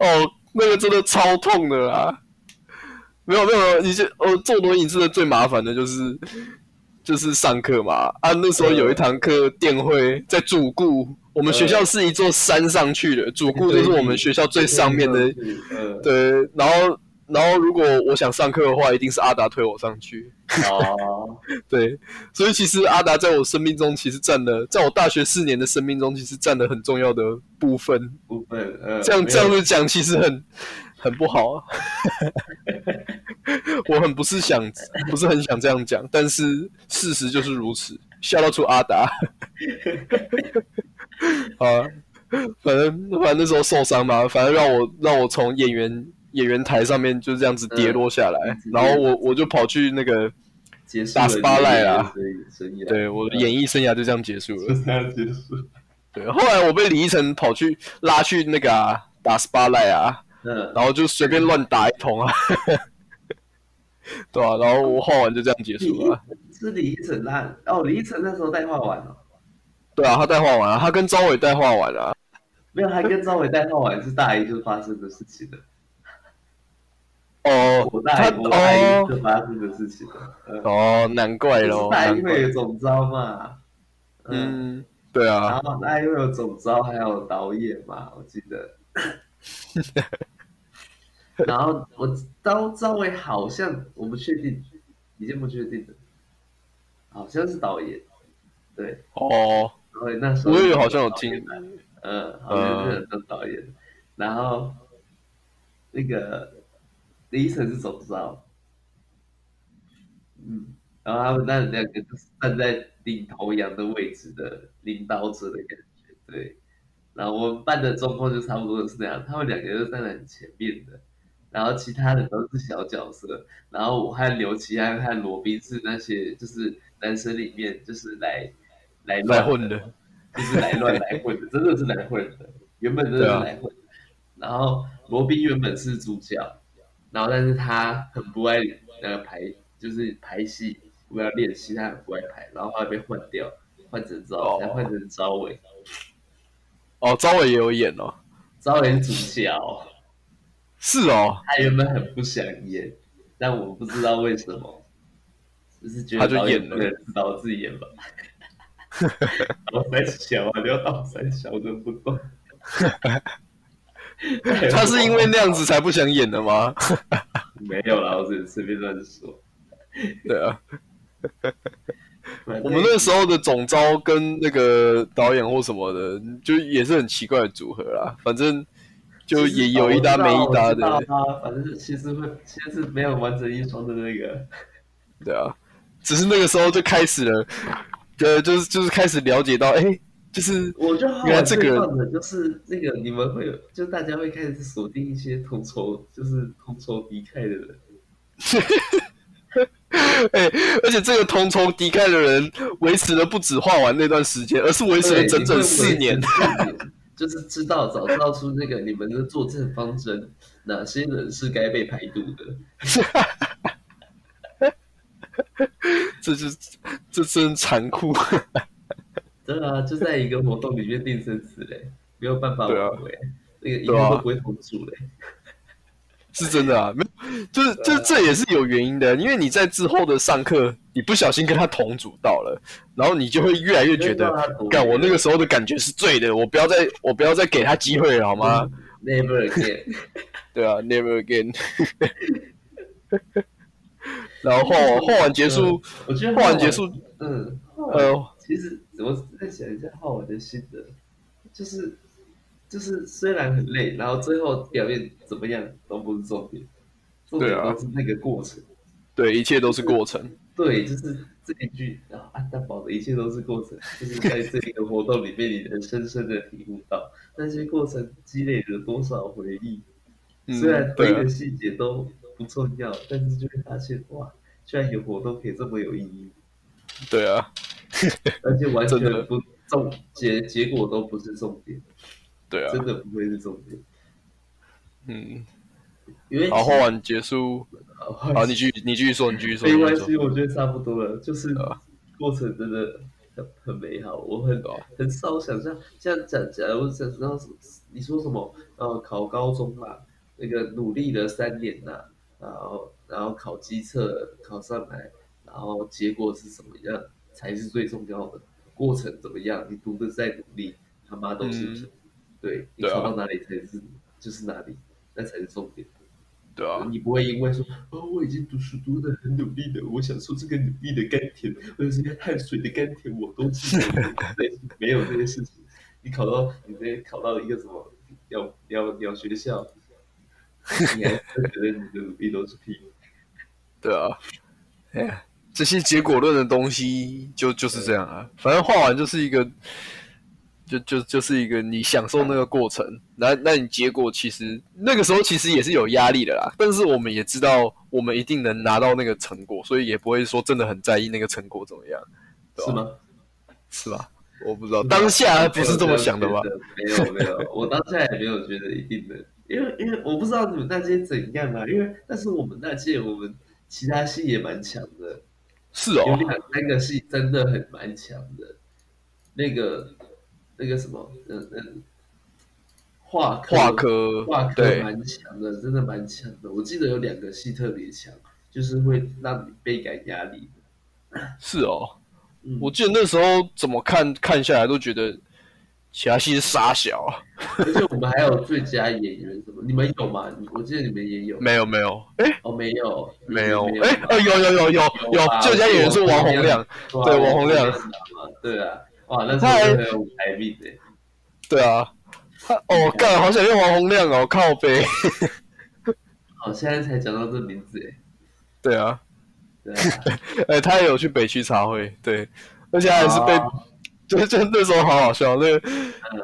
Speaker 2: 哦，那个真的超痛的啦。没有没有没有，你这哦坐轮椅真的最麻烦的就是就是上课嘛啊，那时候有一堂课电绘在主顾，我们学校是一座山上去的，主顾就是我们学校最 上面 的
Speaker 3: 呃，
Speaker 2: 对，然后然后如果我想上课的话，一定是阿达推我上去。
Speaker 3: 哦，
Speaker 2: 对，所以其实阿达在我生命中其实占了，在我大学四年的生命中，其实占了很重要的部分。
Speaker 3: 部分，呃，
Speaker 2: 这样
Speaker 3: 没有
Speaker 2: 这样子讲，其实很很不好 啊。我很不是想，不是很想这样讲，但是事实就是如此。笑到出阿 达，好啊，反正反正那时候受伤嘛，反正让我让我从演员演员台上面就这样子跌落下来，
Speaker 3: 嗯
Speaker 2: 然后我我就跑去那个，
Speaker 3: 结束
Speaker 2: 打
Speaker 3: 了
Speaker 2: SPA 赖啦
Speaker 3: 所以生涯，
Speaker 2: 对我的演艺生涯就这样结束
Speaker 3: 就
Speaker 2: 了。
Speaker 3: 这样结束。
Speaker 2: 对，后来我被李依晨跑去拉去那个、啊、打 SPA 赖啊，
Speaker 3: 嗯，
Speaker 2: 然后就随便乱打一通啊， 对啊，然后我画完就这样结
Speaker 3: 李
Speaker 2: 束了啊。
Speaker 3: 是李依晨那哦，李依晨那时候带画完哦，
Speaker 2: 对啊，他代画完了、他跟张伟代画完了、
Speaker 3: 没有，还跟张伟带画完是大一就发生的事情了。
Speaker 2: 哦
Speaker 3: 我，大
Speaker 2: 他
Speaker 3: 一我大一
Speaker 2: 哦
Speaker 3: 就发生的事情了。嗯
Speaker 2: 哦，难怪
Speaker 3: 就是
Speaker 2: 咯，
Speaker 3: 大
Speaker 2: 难
Speaker 3: 一会
Speaker 2: 怪。
Speaker 3: 有总招嘛，嗯，
Speaker 2: 嗯，对啊
Speaker 3: 然，后大一会有总招，还有导演嘛，我记得。 然后我张张伟好像我不确定，已经不确定了，好像是导演，对，
Speaker 2: 哦，
Speaker 3: 然后那时候
Speaker 2: 我也好像有听，
Speaker 3: 嗯，好像是当导演。然后那个李依晨是总招，嗯，然后他们那两个就是站在领头羊的位置的领导者的感觉，对。然后我们班的状况就差不多是那样，他们两个就站在很前面的，然后其他的都是小角色，然后我和刘琦还有和罗宾是那些就是男生里面就是来来
Speaker 2: 来
Speaker 3: 乱
Speaker 2: 混的，
Speaker 3: 就是来乱来混的，真的是来混的，原本真的是来混的。然后罗宾原本是主角，然后但是他很不爱那个排，就是排戏，不要练习，他很不爱排，然后后来被换掉，换成
Speaker 2: 哦
Speaker 3: 赵，才换成赵伟，
Speaker 2: 哦，招伟也有演哦，
Speaker 3: 赵伟是主角，
Speaker 2: 是 哦，
Speaker 3: 他原本很不想演，但我不知道为什么，就是觉
Speaker 2: 他
Speaker 3: 得
Speaker 2: 就
Speaker 3: 导演
Speaker 2: 演了
Speaker 3: 不能知道自己演吧。倒三小啊，你要倒三小，我真不懂。
Speaker 2: 他是因为那样子才不想演的吗？
Speaker 3: 没有啦，我只是随便乱说。
Speaker 2: 对啊，
Speaker 3: 反正
Speaker 2: 我们那时候的总招跟那个导演或什么的，就也是很奇怪的组合啦。反正就也有一搭没一搭的
Speaker 3: 我知，道啊，反正其实会，其实是没有完成一双的那个，
Speaker 2: 对啊。只是那个时候就开始了，对，就是就是开始了解到，哎、就是
Speaker 3: 我就好
Speaker 2: 原来
Speaker 3: 玩
Speaker 2: 这
Speaker 3: 这
Speaker 2: 个
Speaker 3: 段的就是那个你们会有，就大家会开始锁定一些同仇，就是同仇敌忾的人。
Speaker 2: 哎、而且这个同仇敌忾的人维持了不止画完那段时间，而是维持了
Speaker 3: 对
Speaker 2: 整整四，
Speaker 3: 你
Speaker 2: 年。
Speaker 3: 们会维持四年就是知道早知道出那个你们的作战方针，哪些人是该被排毒的。
Speaker 2: 这 就是这真残酷。
Speaker 3: 对啊，就在一个活动里面定生死嘞，没有办法
Speaker 2: 对啊
Speaker 3: 挽回，那个以
Speaker 2: 对啊
Speaker 3: 后都不会同住嘞。
Speaker 2: 是真的啊，没有，就是就是这也是有原因的，因为你在之后的上课，你不小心跟他同组到了，然后你就会越来越觉得
Speaker 3: 因为他同，
Speaker 2: 干我那个时候的感觉是对的，我不要再我不要再给他机会了，好吗？
Speaker 3: Never again。
Speaker 2: 对啊，never again。然 后画完结束，
Speaker 3: 我觉得
Speaker 2: 画完结束，
Speaker 3: 嗯，呃，
Speaker 2: 呃，
Speaker 3: 其实我在想一下浩文的心得，就是就是虽然很累，然后最后表现怎么样都不是重点，重点
Speaker 2: 对啊
Speaker 3: 都是那个过程。
Speaker 2: 对，一切都是过程。
Speaker 3: 对，就是这一句啊，安大宝的一切都是过程，就是在这个活动里面，你能深深的体悟到那些过程积累了多少回忆。
Speaker 2: 嗯
Speaker 3: 虽然，每
Speaker 2: 对
Speaker 3: 一
Speaker 2: 啊
Speaker 3: 个，细节都不重要，但是就会发现哇，居然有活动可以这么有意义，
Speaker 2: 对啊，
Speaker 3: 而且完全
Speaker 2: 真的
Speaker 3: 不重结结果都不是重点，
Speaker 2: 对啊，
Speaker 3: 真的不会是重点。
Speaker 2: 嗯。
Speaker 3: 因为
Speaker 2: 然后画完结束，
Speaker 3: 好
Speaker 2: 好，你继续，你继续说，你继续说，
Speaker 3: 没
Speaker 2: 你继
Speaker 3: 关
Speaker 2: 续说
Speaker 3: 系，我觉得差不多了，就是
Speaker 2: 对啊
Speaker 3: 过程真的很很美好，我很
Speaker 2: 对啊
Speaker 3: 很少想象像讲起来，我想知道什么你说什么，呃，考高中嘛，那个努力了三年呐、然后然后考机测考上来，然后结果是什么样才是最重要的，过程怎么样，你读的再努力，他妈都是屁、
Speaker 2: 嗯
Speaker 3: 对你
Speaker 2: 对啊
Speaker 3: 考到哪里才是、就是哪里，那才是重点。
Speaker 2: 对啊，
Speaker 3: 你不会因为说哦，我已经读书读得很努力了，我享受这个努力的甘甜，或者是汗水的甘甜，我都记得。 对，没有这些事情。你考到你直接考到一个什么鸟鸟鸟学校，你还是觉得你的努力都是屁。
Speaker 2: 对啊，哎呀，这些结果论的东西就就是这样啊。反正画完就是一个，就就就是一个你享受那个过程。那那你结果其实那个时候其实也是有压力的啦，但是我们也知道我们一定能拿到那个成果，所以也不会说真的很在意那个成果怎么样，对吧
Speaker 3: 是吗？
Speaker 2: 是吧？我不知道，当
Speaker 3: 啊
Speaker 2: 下不是这么想的吧？
Speaker 3: 没有没有，我当下也没有觉得一定的，因为因为我不知道你们那届怎样啊，因为但是我们那届我们其他系也蛮强的，
Speaker 2: 是
Speaker 3: 有
Speaker 2: 哦，
Speaker 3: 两三个系真的很蛮强的，那个那个什么，嗯嗯，化科
Speaker 2: 画科
Speaker 3: 化科
Speaker 2: 对
Speaker 3: 蛮强的，真的蛮强的。我记得有两个系特别强，就是会让你倍感压力。
Speaker 2: 是哦。
Speaker 3: 嗯，
Speaker 2: 我记得那时候怎么看看下来都觉得其他系是傻小啊。
Speaker 3: 而且我们还有最佳演员什么，你们有吗？你我记得你们也有，
Speaker 2: 没有没有，哎、
Speaker 3: 哦没有
Speaker 2: 没有，
Speaker 3: 没
Speaker 2: 哎、呃，有有有有有，最佳演员是王洪亮，，
Speaker 3: 有啊
Speaker 2: 对
Speaker 3: 吧
Speaker 2: 王洪亮，
Speaker 3: 对啊，哇，那
Speaker 2: 他还
Speaker 3: 是很有舞台命的。
Speaker 2: 对啊，他哦，干，好想念王洪亮哦，靠背，
Speaker 3: 哦，现在才讲到这名字哎，
Speaker 2: 对啊，
Speaker 3: 对啊。
Speaker 2: 哎、他也有去北区茶会，对，而且还是被
Speaker 3: 哦
Speaker 2: 就就那时候好好笑，那个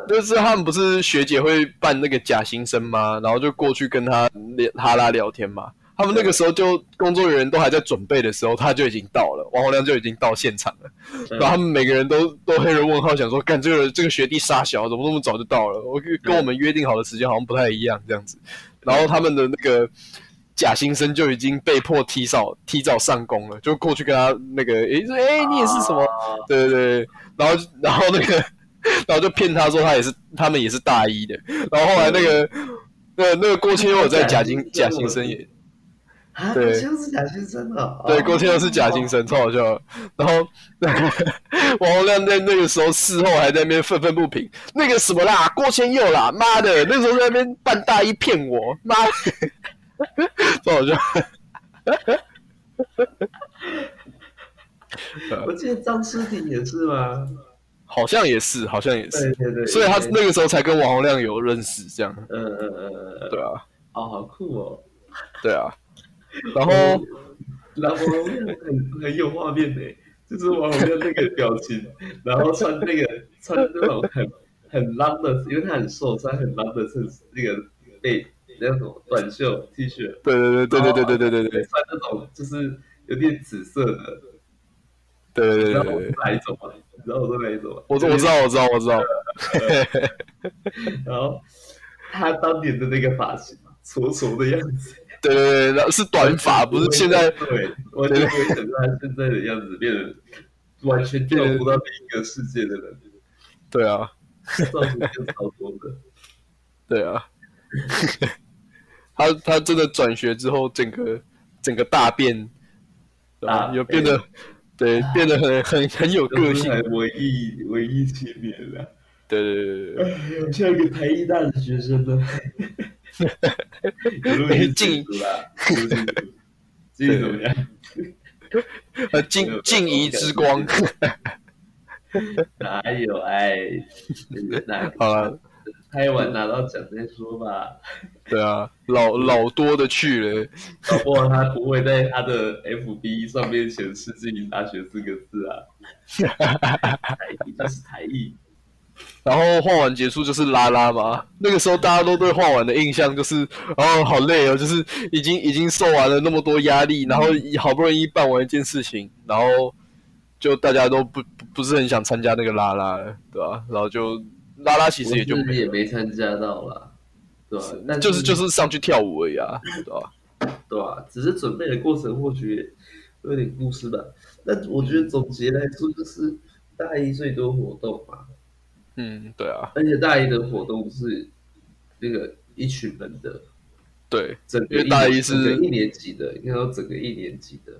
Speaker 2: 就是他们不是学姐会办那个假新生吗？然后就过去跟他聊哈拉聊天嘛。他们那个时候就工作人员都还在准备的时候，他就已经到了，王洪亮就已经到现场了。然后他们每个人都都黑人问号，想说干这个这个学弟傻小，怎么那么早就到了？我跟跟我们约定好的时间好像不太一样这样子。然后他们的那个假新生就已经被迫提早提早上工了，就过去跟他那个诶说诶你也是什么？对对对，然后然后那个，然后就骗他说他也是他们也是大一的，然后后来那个那那个郭千佑在假金假新生也
Speaker 3: 啊，
Speaker 2: 对
Speaker 3: 郭先是假先生哦。
Speaker 2: 对
Speaker 3: 哦
Speaker 2: 郭千佑是假新生，超好笑的。然后那个王洪亮在那个时候事后还在那边愤愤不平，那个什么啦，郭千佑啦，妈的，那时候在那边扮大一骗我，妈的，超好笑。
Speaker 3: 我记得张诗婷也是吗？
Speaker 2: 好像也是，好像也
Speaker 3: 对
Speaker 2: 是，
Speaker 3: 对对。
Speaker 2: 所以他
Speaker 3: 对
Speaker 2: 那个时候才跟王洪亮有认识，这样
Speaker 3: 嗯嗯嗯嗯嗯，
Speaker 2: 对啊。
Speaker 3: 哦，好酷哦。
Speaker 2: 对啊，然
Speaker 3: 嗯
Speaker 2: 后
Speaker 3: 然后很很有画面呢，就是王洪亮那个表情，然后穿那个穿那种很很浪的，因为他很瘦，穿很浪的衬那个背那种短袖 T 恤，
Speaker 2: 对对对对对对对对对对
Speaker 3: 穿那种就是有点紫色的，
Speaker 2: 对
Speaker 3: 你
Speaker 2: 对
Speaker 3: 知道
Speaker 2: 对
Speaker 3: 我
Speaker 2: 对
Speaker 3: 是，哪一种吗？你知道我是哪一种吗？
Speaker 2: 我我知道我知道我知道，
Speaker 3: 然后他当年的那个发型，丑丑的样子，
Speaker 2: 对对对，然后是短发，不是现在
Speaker 3: 对，完全不会想到他现在的样子，变得完全跳脱到另一个世界的人，
Speaker 2: 对啊
Speaker 3: 造型变超多的。
Speaker 2: 对啊， 他他真的转学之后，整个整个大变，对吧
Speaker 3: 大
Speaker 2: 有变得对变得很很很有
Speaker 3: 就
Speaker 2: 个
Speaker 3: 是
Speaker 2: 性，
Speaker 3: 还文艺文艺青年了，
Speaker 2: 对对对对
Speaker 3: 像一个台艺大的学 生呢，有录音进度啦，进度怎么样？
Speaker 2: 对，呃，静静怡之光，
Speaker 3: 哪有哎？哪
Speaker 2: 好了，
Speaker 3: 拍完拿到奖再说吧，
Speaker 2: 对啊，老老多的去了，
Speaker 3: 搞不好他不会在他的 FB 上面显示自己大学四个字啊。台艺就是台艺，
Speaker 2: 然后画完结束就是拉拉嘛，那个时候大家都对画完的印象就是，哦，好累哦，就是已经已经受完了那么多压
Speaker 3: 嗯
Speaker 2: 力，然后好不容易办完一件事情，然后就大家都不不不是很想参加那个拉拉了，对吧、然后就拉拉其实也就
Speaker 3: 我自己
Speaker 2: 没
Speaker 3: 也
Speaker 2: 了，
Speaker 3: 没参加到啦，对吧、那
Speaker 2: 就是就是上去跳舞而已啊，对吧、
Speaker 3: 对吧、只是准备的过程或许也有点故事吧。但我觉得总结来说，就是大一最多活动嘛，
Speaker 2: 嗯，对啊，
Speaker 3: 而且大一的活动是那个一群人的，
Speaker 2: 对，
Speaker 3: 整个
Speaker 2: 因为大一是
Speaker 3: 整个一年级的，应该说整个一年级的。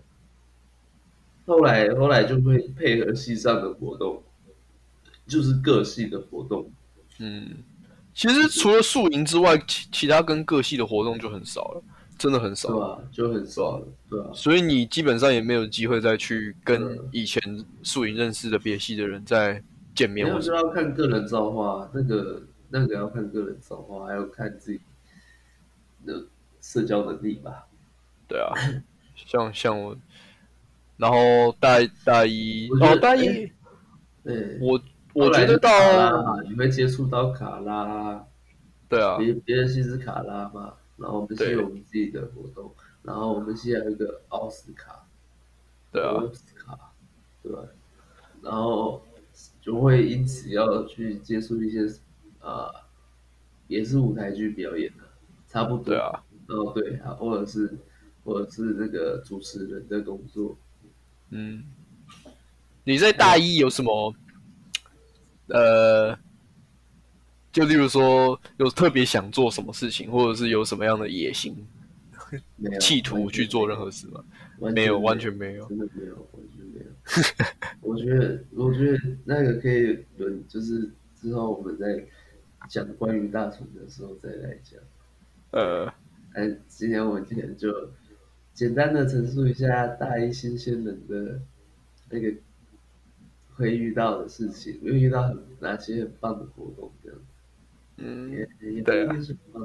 Speaker 3: 后来后来就会配合系上的活动，就是各系的活动。
Speaker 2: 嗯，其实除了宿营之外，其其他跟各系的活动就很少了，真的很少
Speaker 3: 对。吧、就很爽了，对啊吧、
Speaker 2: 所以你基本上也没有机会再去跟
Speaker 3: 嗯
Speaker 2: 以前素营认识的别系的人再见面
Speaker 3: 没
Speaker 2: 或
Speaker 3: 有
Speaker 2: 者。
Speaker 3: 就要看个人造化，那个那个要看个人造化，还有看自己的社交能力吧。
Speaker 2: 对啊，像像我，然后大大一
Speaker 3: 我觉
Speaker 2: 哦
Speaker 3: 得
Speaker 2: 大一
Speaker 3: 哎，对，
Speaker 2: 我我觉
Speaker 3: 后来
Speaker 2: 得
Speaker 3: 就
Speaker 2: 到
Speaker 3: 卡拉嘛你会接触到卡拉，
Speaker 2: 对啊，
Speaker 3: 别别的系是卡拉嘛，然后我们系
Speaker 2: 对
Speaker 3: 有我们自己的活动，然后我们系还有一个奥斯卡，
Speaker 2: 对啊，
Speaker 3: 奥斯卡，对吧？然后就会因此要去接触一些呃，也是舞台剧表演的，差不多。
Speaker 2: 对啊，
Speaker 3: 哦，对啊，或者是或者是那个主持人的工作，
Speaker 2: 嗯，你在大一有什么呃，就例如说有特别想做什么事情，或者是有什么样的野心、
Speaker 3: 没有
Speaker 2: 企图去做任何事吗？没有，完全没有。
Speaker 3: 真的没有，完全没有。我觉得，我觉得那个可以轮，就是之后我们在讲关于大船的时候再来讲。
Speaker 2: 呃，
Speaker 3: 哎，今天我们今天就简单的陈述一下大一新鲜人的那个会遇到的事情，会遇到很哪些很棒的活动这样子，
Speaker 2: 嗯。
Speaker 3: 也也不
Speaker 2: 对
Speaker 3: 一
Speaker 2: 啊
Speaker 3: 定是很棒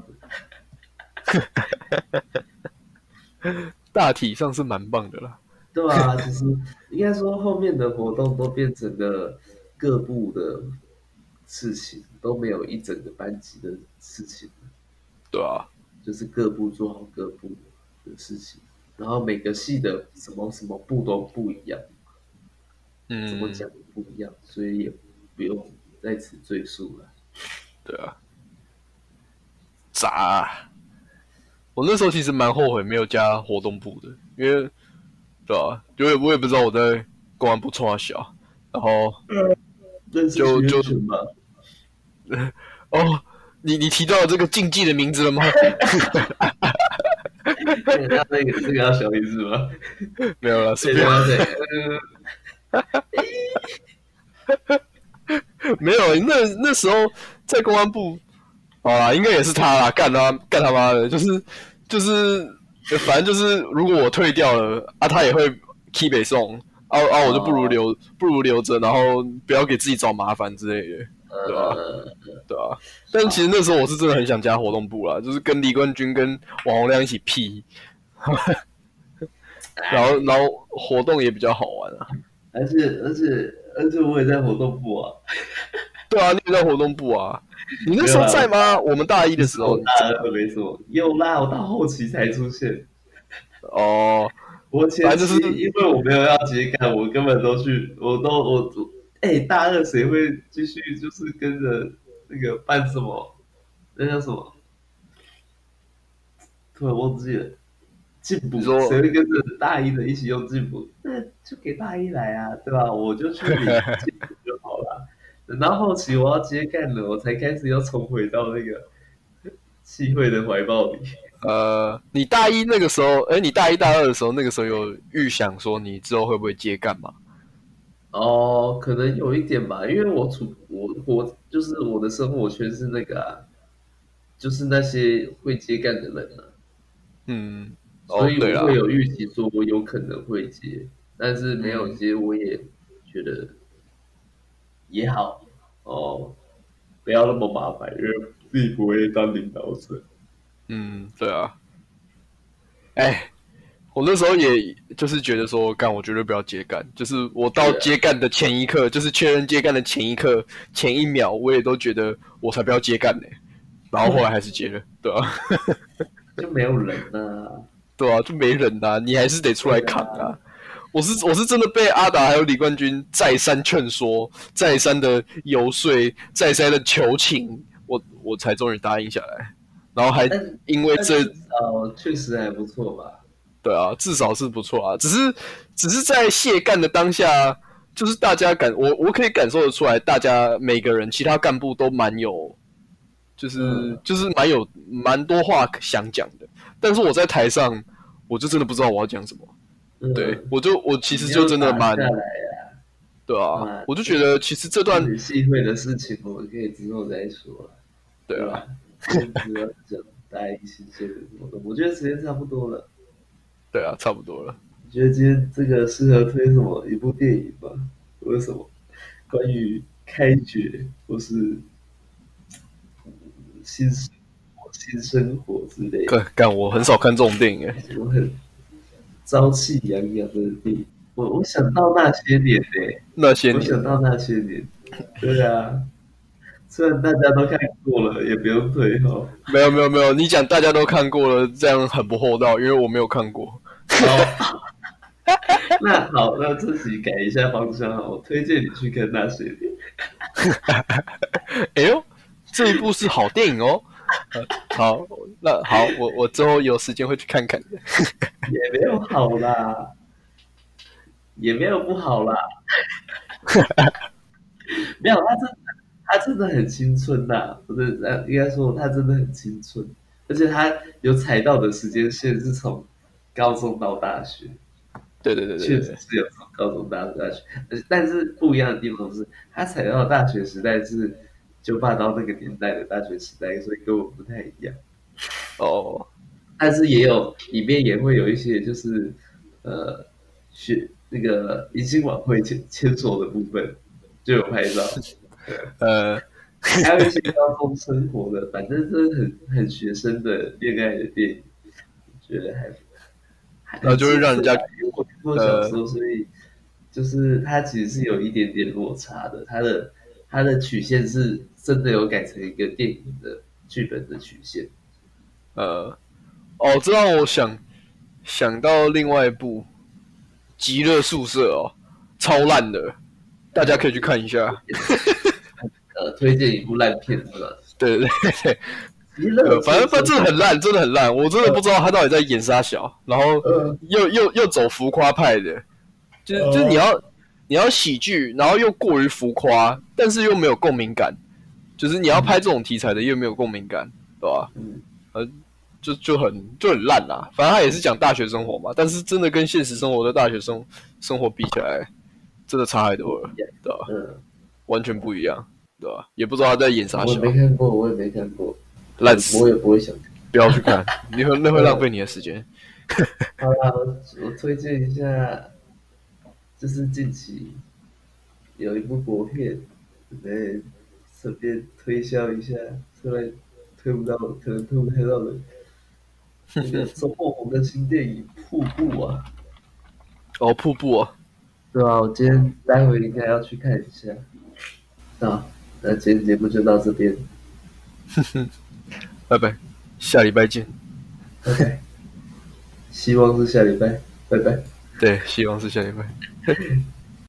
Speaker 3: 的。
Speaker 2: 大体上是蛮棒的啦。
Speaker 3: 对啊，其实应该说后面的活动都变成了各部的事情，都没有一整个班级的事情了，
Speaker 2: 对啊，
Speaker 3: 就是各部做好各部的事情，然后每个系的什么什么部都不一样，怎么
Speaker 2: 嗯，
Speaker 3: 讲也不一样，所以也不用在此赘述了。
Speaker 2: 对啊，砸啊、我那时候其实蛮后悔没有加活动部的，因为对啊，因为我也不知道我在公安部冲啊小，然后
Speaker 3: 认识
Speaker 2: 就就
Speaker 3: 什么？
Speaker 2: 哦，你你提到这个竞技的名字了吗？
Speaker 3: 对 那那个这个要小意思 吗？
Speaker 2: 没有了，是
Speaker 3: 对
Speaker 2: 没
Speaker 3: 对
Speaker 2: 有
Speaker 3: 对，
Speaker 2: 没有，那那时候在公安部，啊，应该也是他啦，干他干他妈的，就是就是，反正就是，如果我退掉了啊，他也会 keep 北送，啊啊，我就不如留、不如留着，然后不要给自己找麻烦之类的，对吧、
Speaker 3: 呃，
Speaker 2: 对啊，但其实那时候我是真的很想加活动部啦，就是跟李冠军跟王洪亮一起 P，然后然后活动也比较好玩啊。
Speaker 3: 而且而且而且我也在活动部啊，
Speaker 2: 对啊，你也在活动部啊？你那时候在吗？我们大一的时候
Speaker 3: 我大二没什么，又啦，我到后期才出现。
Speaker 2: 哦，
Speaker 3: 我前
Speaker 2: 反
Speaker 3: 期
Speaker 2: 正就是
Speaker 3: 因为我没有要接干，我根本都去，我都我我哎、大二谁会继续就是跟着那个办什么，那叫什么？突然忘记了。进补
Speaker 2: 你说
Speaker 3: 谁会跟着大一的一起用进补？那就给大一来啊，对吧？我就去领进补就好了。等到后期我要接干了，我才开始要重回到那个系会的怀抱里。
Speaker 2: 呃，你大一那个时候，哎，你大一大二的时候，那个时候有预想说你之后会不会接干嘛？
Speaker 3: 哦，可能有一点吧，因为我处我我就是我的生活圈是那个啊，就是那些会接干的人啊，
Speaker 2: 嗯，哦
Speaker 3: 所以，
Speaker 2: 对
Speaker 3: 我
Speaker 2: 了
Speaker 3: 会，有预期说我有可能会接，但是没
Speaker 2: 嗯
Speaker 3: 有接我也觉得也好哦，不要那么麻烦，因为自己不会当领导者。
Speaker 2: 嗯，对啊。哎，我那时候也就是觉得说，干我绝对不要接干，就是我到
Speaker 3: 对啊
Speaker 2: 接干的前一刻，就是确认接干的前一刻，前一秒我也都觉得我才不要接干呢、然后后来还是接了，对啊。
Speaker 3: 就没有人呐、
Speaker 2: 对啊，就没人呐、你还是得出来扛
Speaker 3: 对
Speaker 2: 啊。我是我是真的被阿达还有李冠军再三劝说，再三的游说，再三的求情，我我才终于答应下来，然后还
Speaker 3: 但
Speaker 2: 因为
Speaker 3: 但
Speaker 2: 这
Speaker 3: 至少确实还不错吧。
Speaker 2: 对啊，至少是不错啊，只是只是在卸干的当下，就是大家感我我可以感受得出来，大家每个人其他干部都蛮有，就是、
Speaker 3: 嗯
Speaker 2: 就是蛮有蛮多话想讲的，但是我在台上，我就真的不知道我要讲什么。
Speaker 3: 嗯，
Speaker 2: 对，我就我其实
Speaker 3: 你
Speaker 2: 就
Speaker 3: 要
Speaker 2: 真的
Speaker 3: 打
Speaker 2: 蛮
Speaker 3: 下嗯来啊。
Speaker 2: 对啊
Speaker 3: 嗯，
Speaker 2: 我就觉得其实这段
Speaker 3: 女系会的事情，我们可以之后再说，
Speaker 2: 对啊
Speaker 3: 吧，？先不要讲大家一起接的活动，我觉得时间差不多了。
Speaker 2: 对啊，差不多了。
Speaker 3: 你觉得今天这个适合推什么一部电影吗？为什么？关于开学或是嗯新生活新生活之类的，
Speaker 2: 干干，我很少看这种电影欸诶。
Speaker 3: 我很朝气洋洋的电影。我我想到那些年呢、
Speaker 2: 那些
Speaker 3: 我
Speaker 2: 年，
Speaker 3: 想到那些年，对啊，虽然大家都看过了，也不用退后。
Speaker 2: 没有没有没有，你讲大家都看过了，这样很不厚道，因为我没有看过。
Speaker 3: 好，那好，那自己改一下方向，我推荐你去看那些年。
Speaker 2: 哎呦，这一部是好电影哦。呃好，那好，我我之后有时间会去看看。
Speaker 3: 也没有好啦，也没有不好啦，没有，他真的他真的很青春呐、不是，呃应该说他真的很青春，而且他有踩到的时间线是从高中到大学。
Speaker 2: 对对对对
Speaker 3: 确
Speaker 2: 对
Speaker 3: 实
Speaker 2: 对，
Speaker 3: 是有从高中到大学，而且但是不一样的地方是，他踩到大学时代是九把刀那个年代的大学时代，所以跟我不太一样。
Speaker 2: 哦，
Speaker 3: 但是也有里面也会有一些就是呃学那个迎新晚会牵牵手的部分就有拍照，
Speaker 2: 呃，
Speaker 3: 还有一些高中生活的，反正真的很很学生的恋爱的电影，我觉得还啊
Speaker 2: 然后就会让人家呃
Speaker 3: 我听过小说，所以就是它其实是有一点点落差的，它的它的曲线是真的有改成一个电影的剧本的曲线。
Speaker 2: 呃，哦，这让我想想到另外一部《极乐宿舍》哦，超烂的，大家可以去看一下。
Speaker 3: 呃，推荐一部烂片是吧？
Speaker 2: 对对对对，
Speaker 3: 极乐
Speaker 2: 呃反正反正真的很烂，真的很烂，我真的不知道他到底在演啥小，然后
Speaker 3: 呃
Speaker 2: 又又又走浮夸派的，就是就是你要你要喜剧，然后又过于浮夸，但是又没有共鸣感，就是你要拍这种题材的又没有共鸣感，对吧？
Speaker 3: 嗯
Speaker 2: 呃，就就很就很烂啦。反正他也是讲大学生活嘛，但是真的跟现实生活的大学生生活比起来，真的差太多了，对吧？
Speaker 3: 嗯，
Speaker 2: 完全不一样，对吧？也不知道他在演啥
Speaker 3: 我
Speaker 2: 小
Speaker 3: 也，没看过，我也没看过，
Speaker 2: 烂死
Speaker 3: 我，也不会想看。
Speaker 2: 不要去看，你会那会浪费你的时间。
Speaker 3: 好啦，我我推荐一下，就是近期有一部国片，来随便推销一下，虽然推不到，可能推不太 到人。那个周梦红的新电影《瀑布》啊，
Speaker 2: 哦，瀑布、啊，
Speaker 3: 对啊，我今天待会应该要去看一下。啊，那今天节目就到这 边
Speaker 2: 拜拜，下礼拜见。
Speaker 3: ，OK。希望是下礼拜，拜拜。
Speaker 2: 对，希望是下礼拜。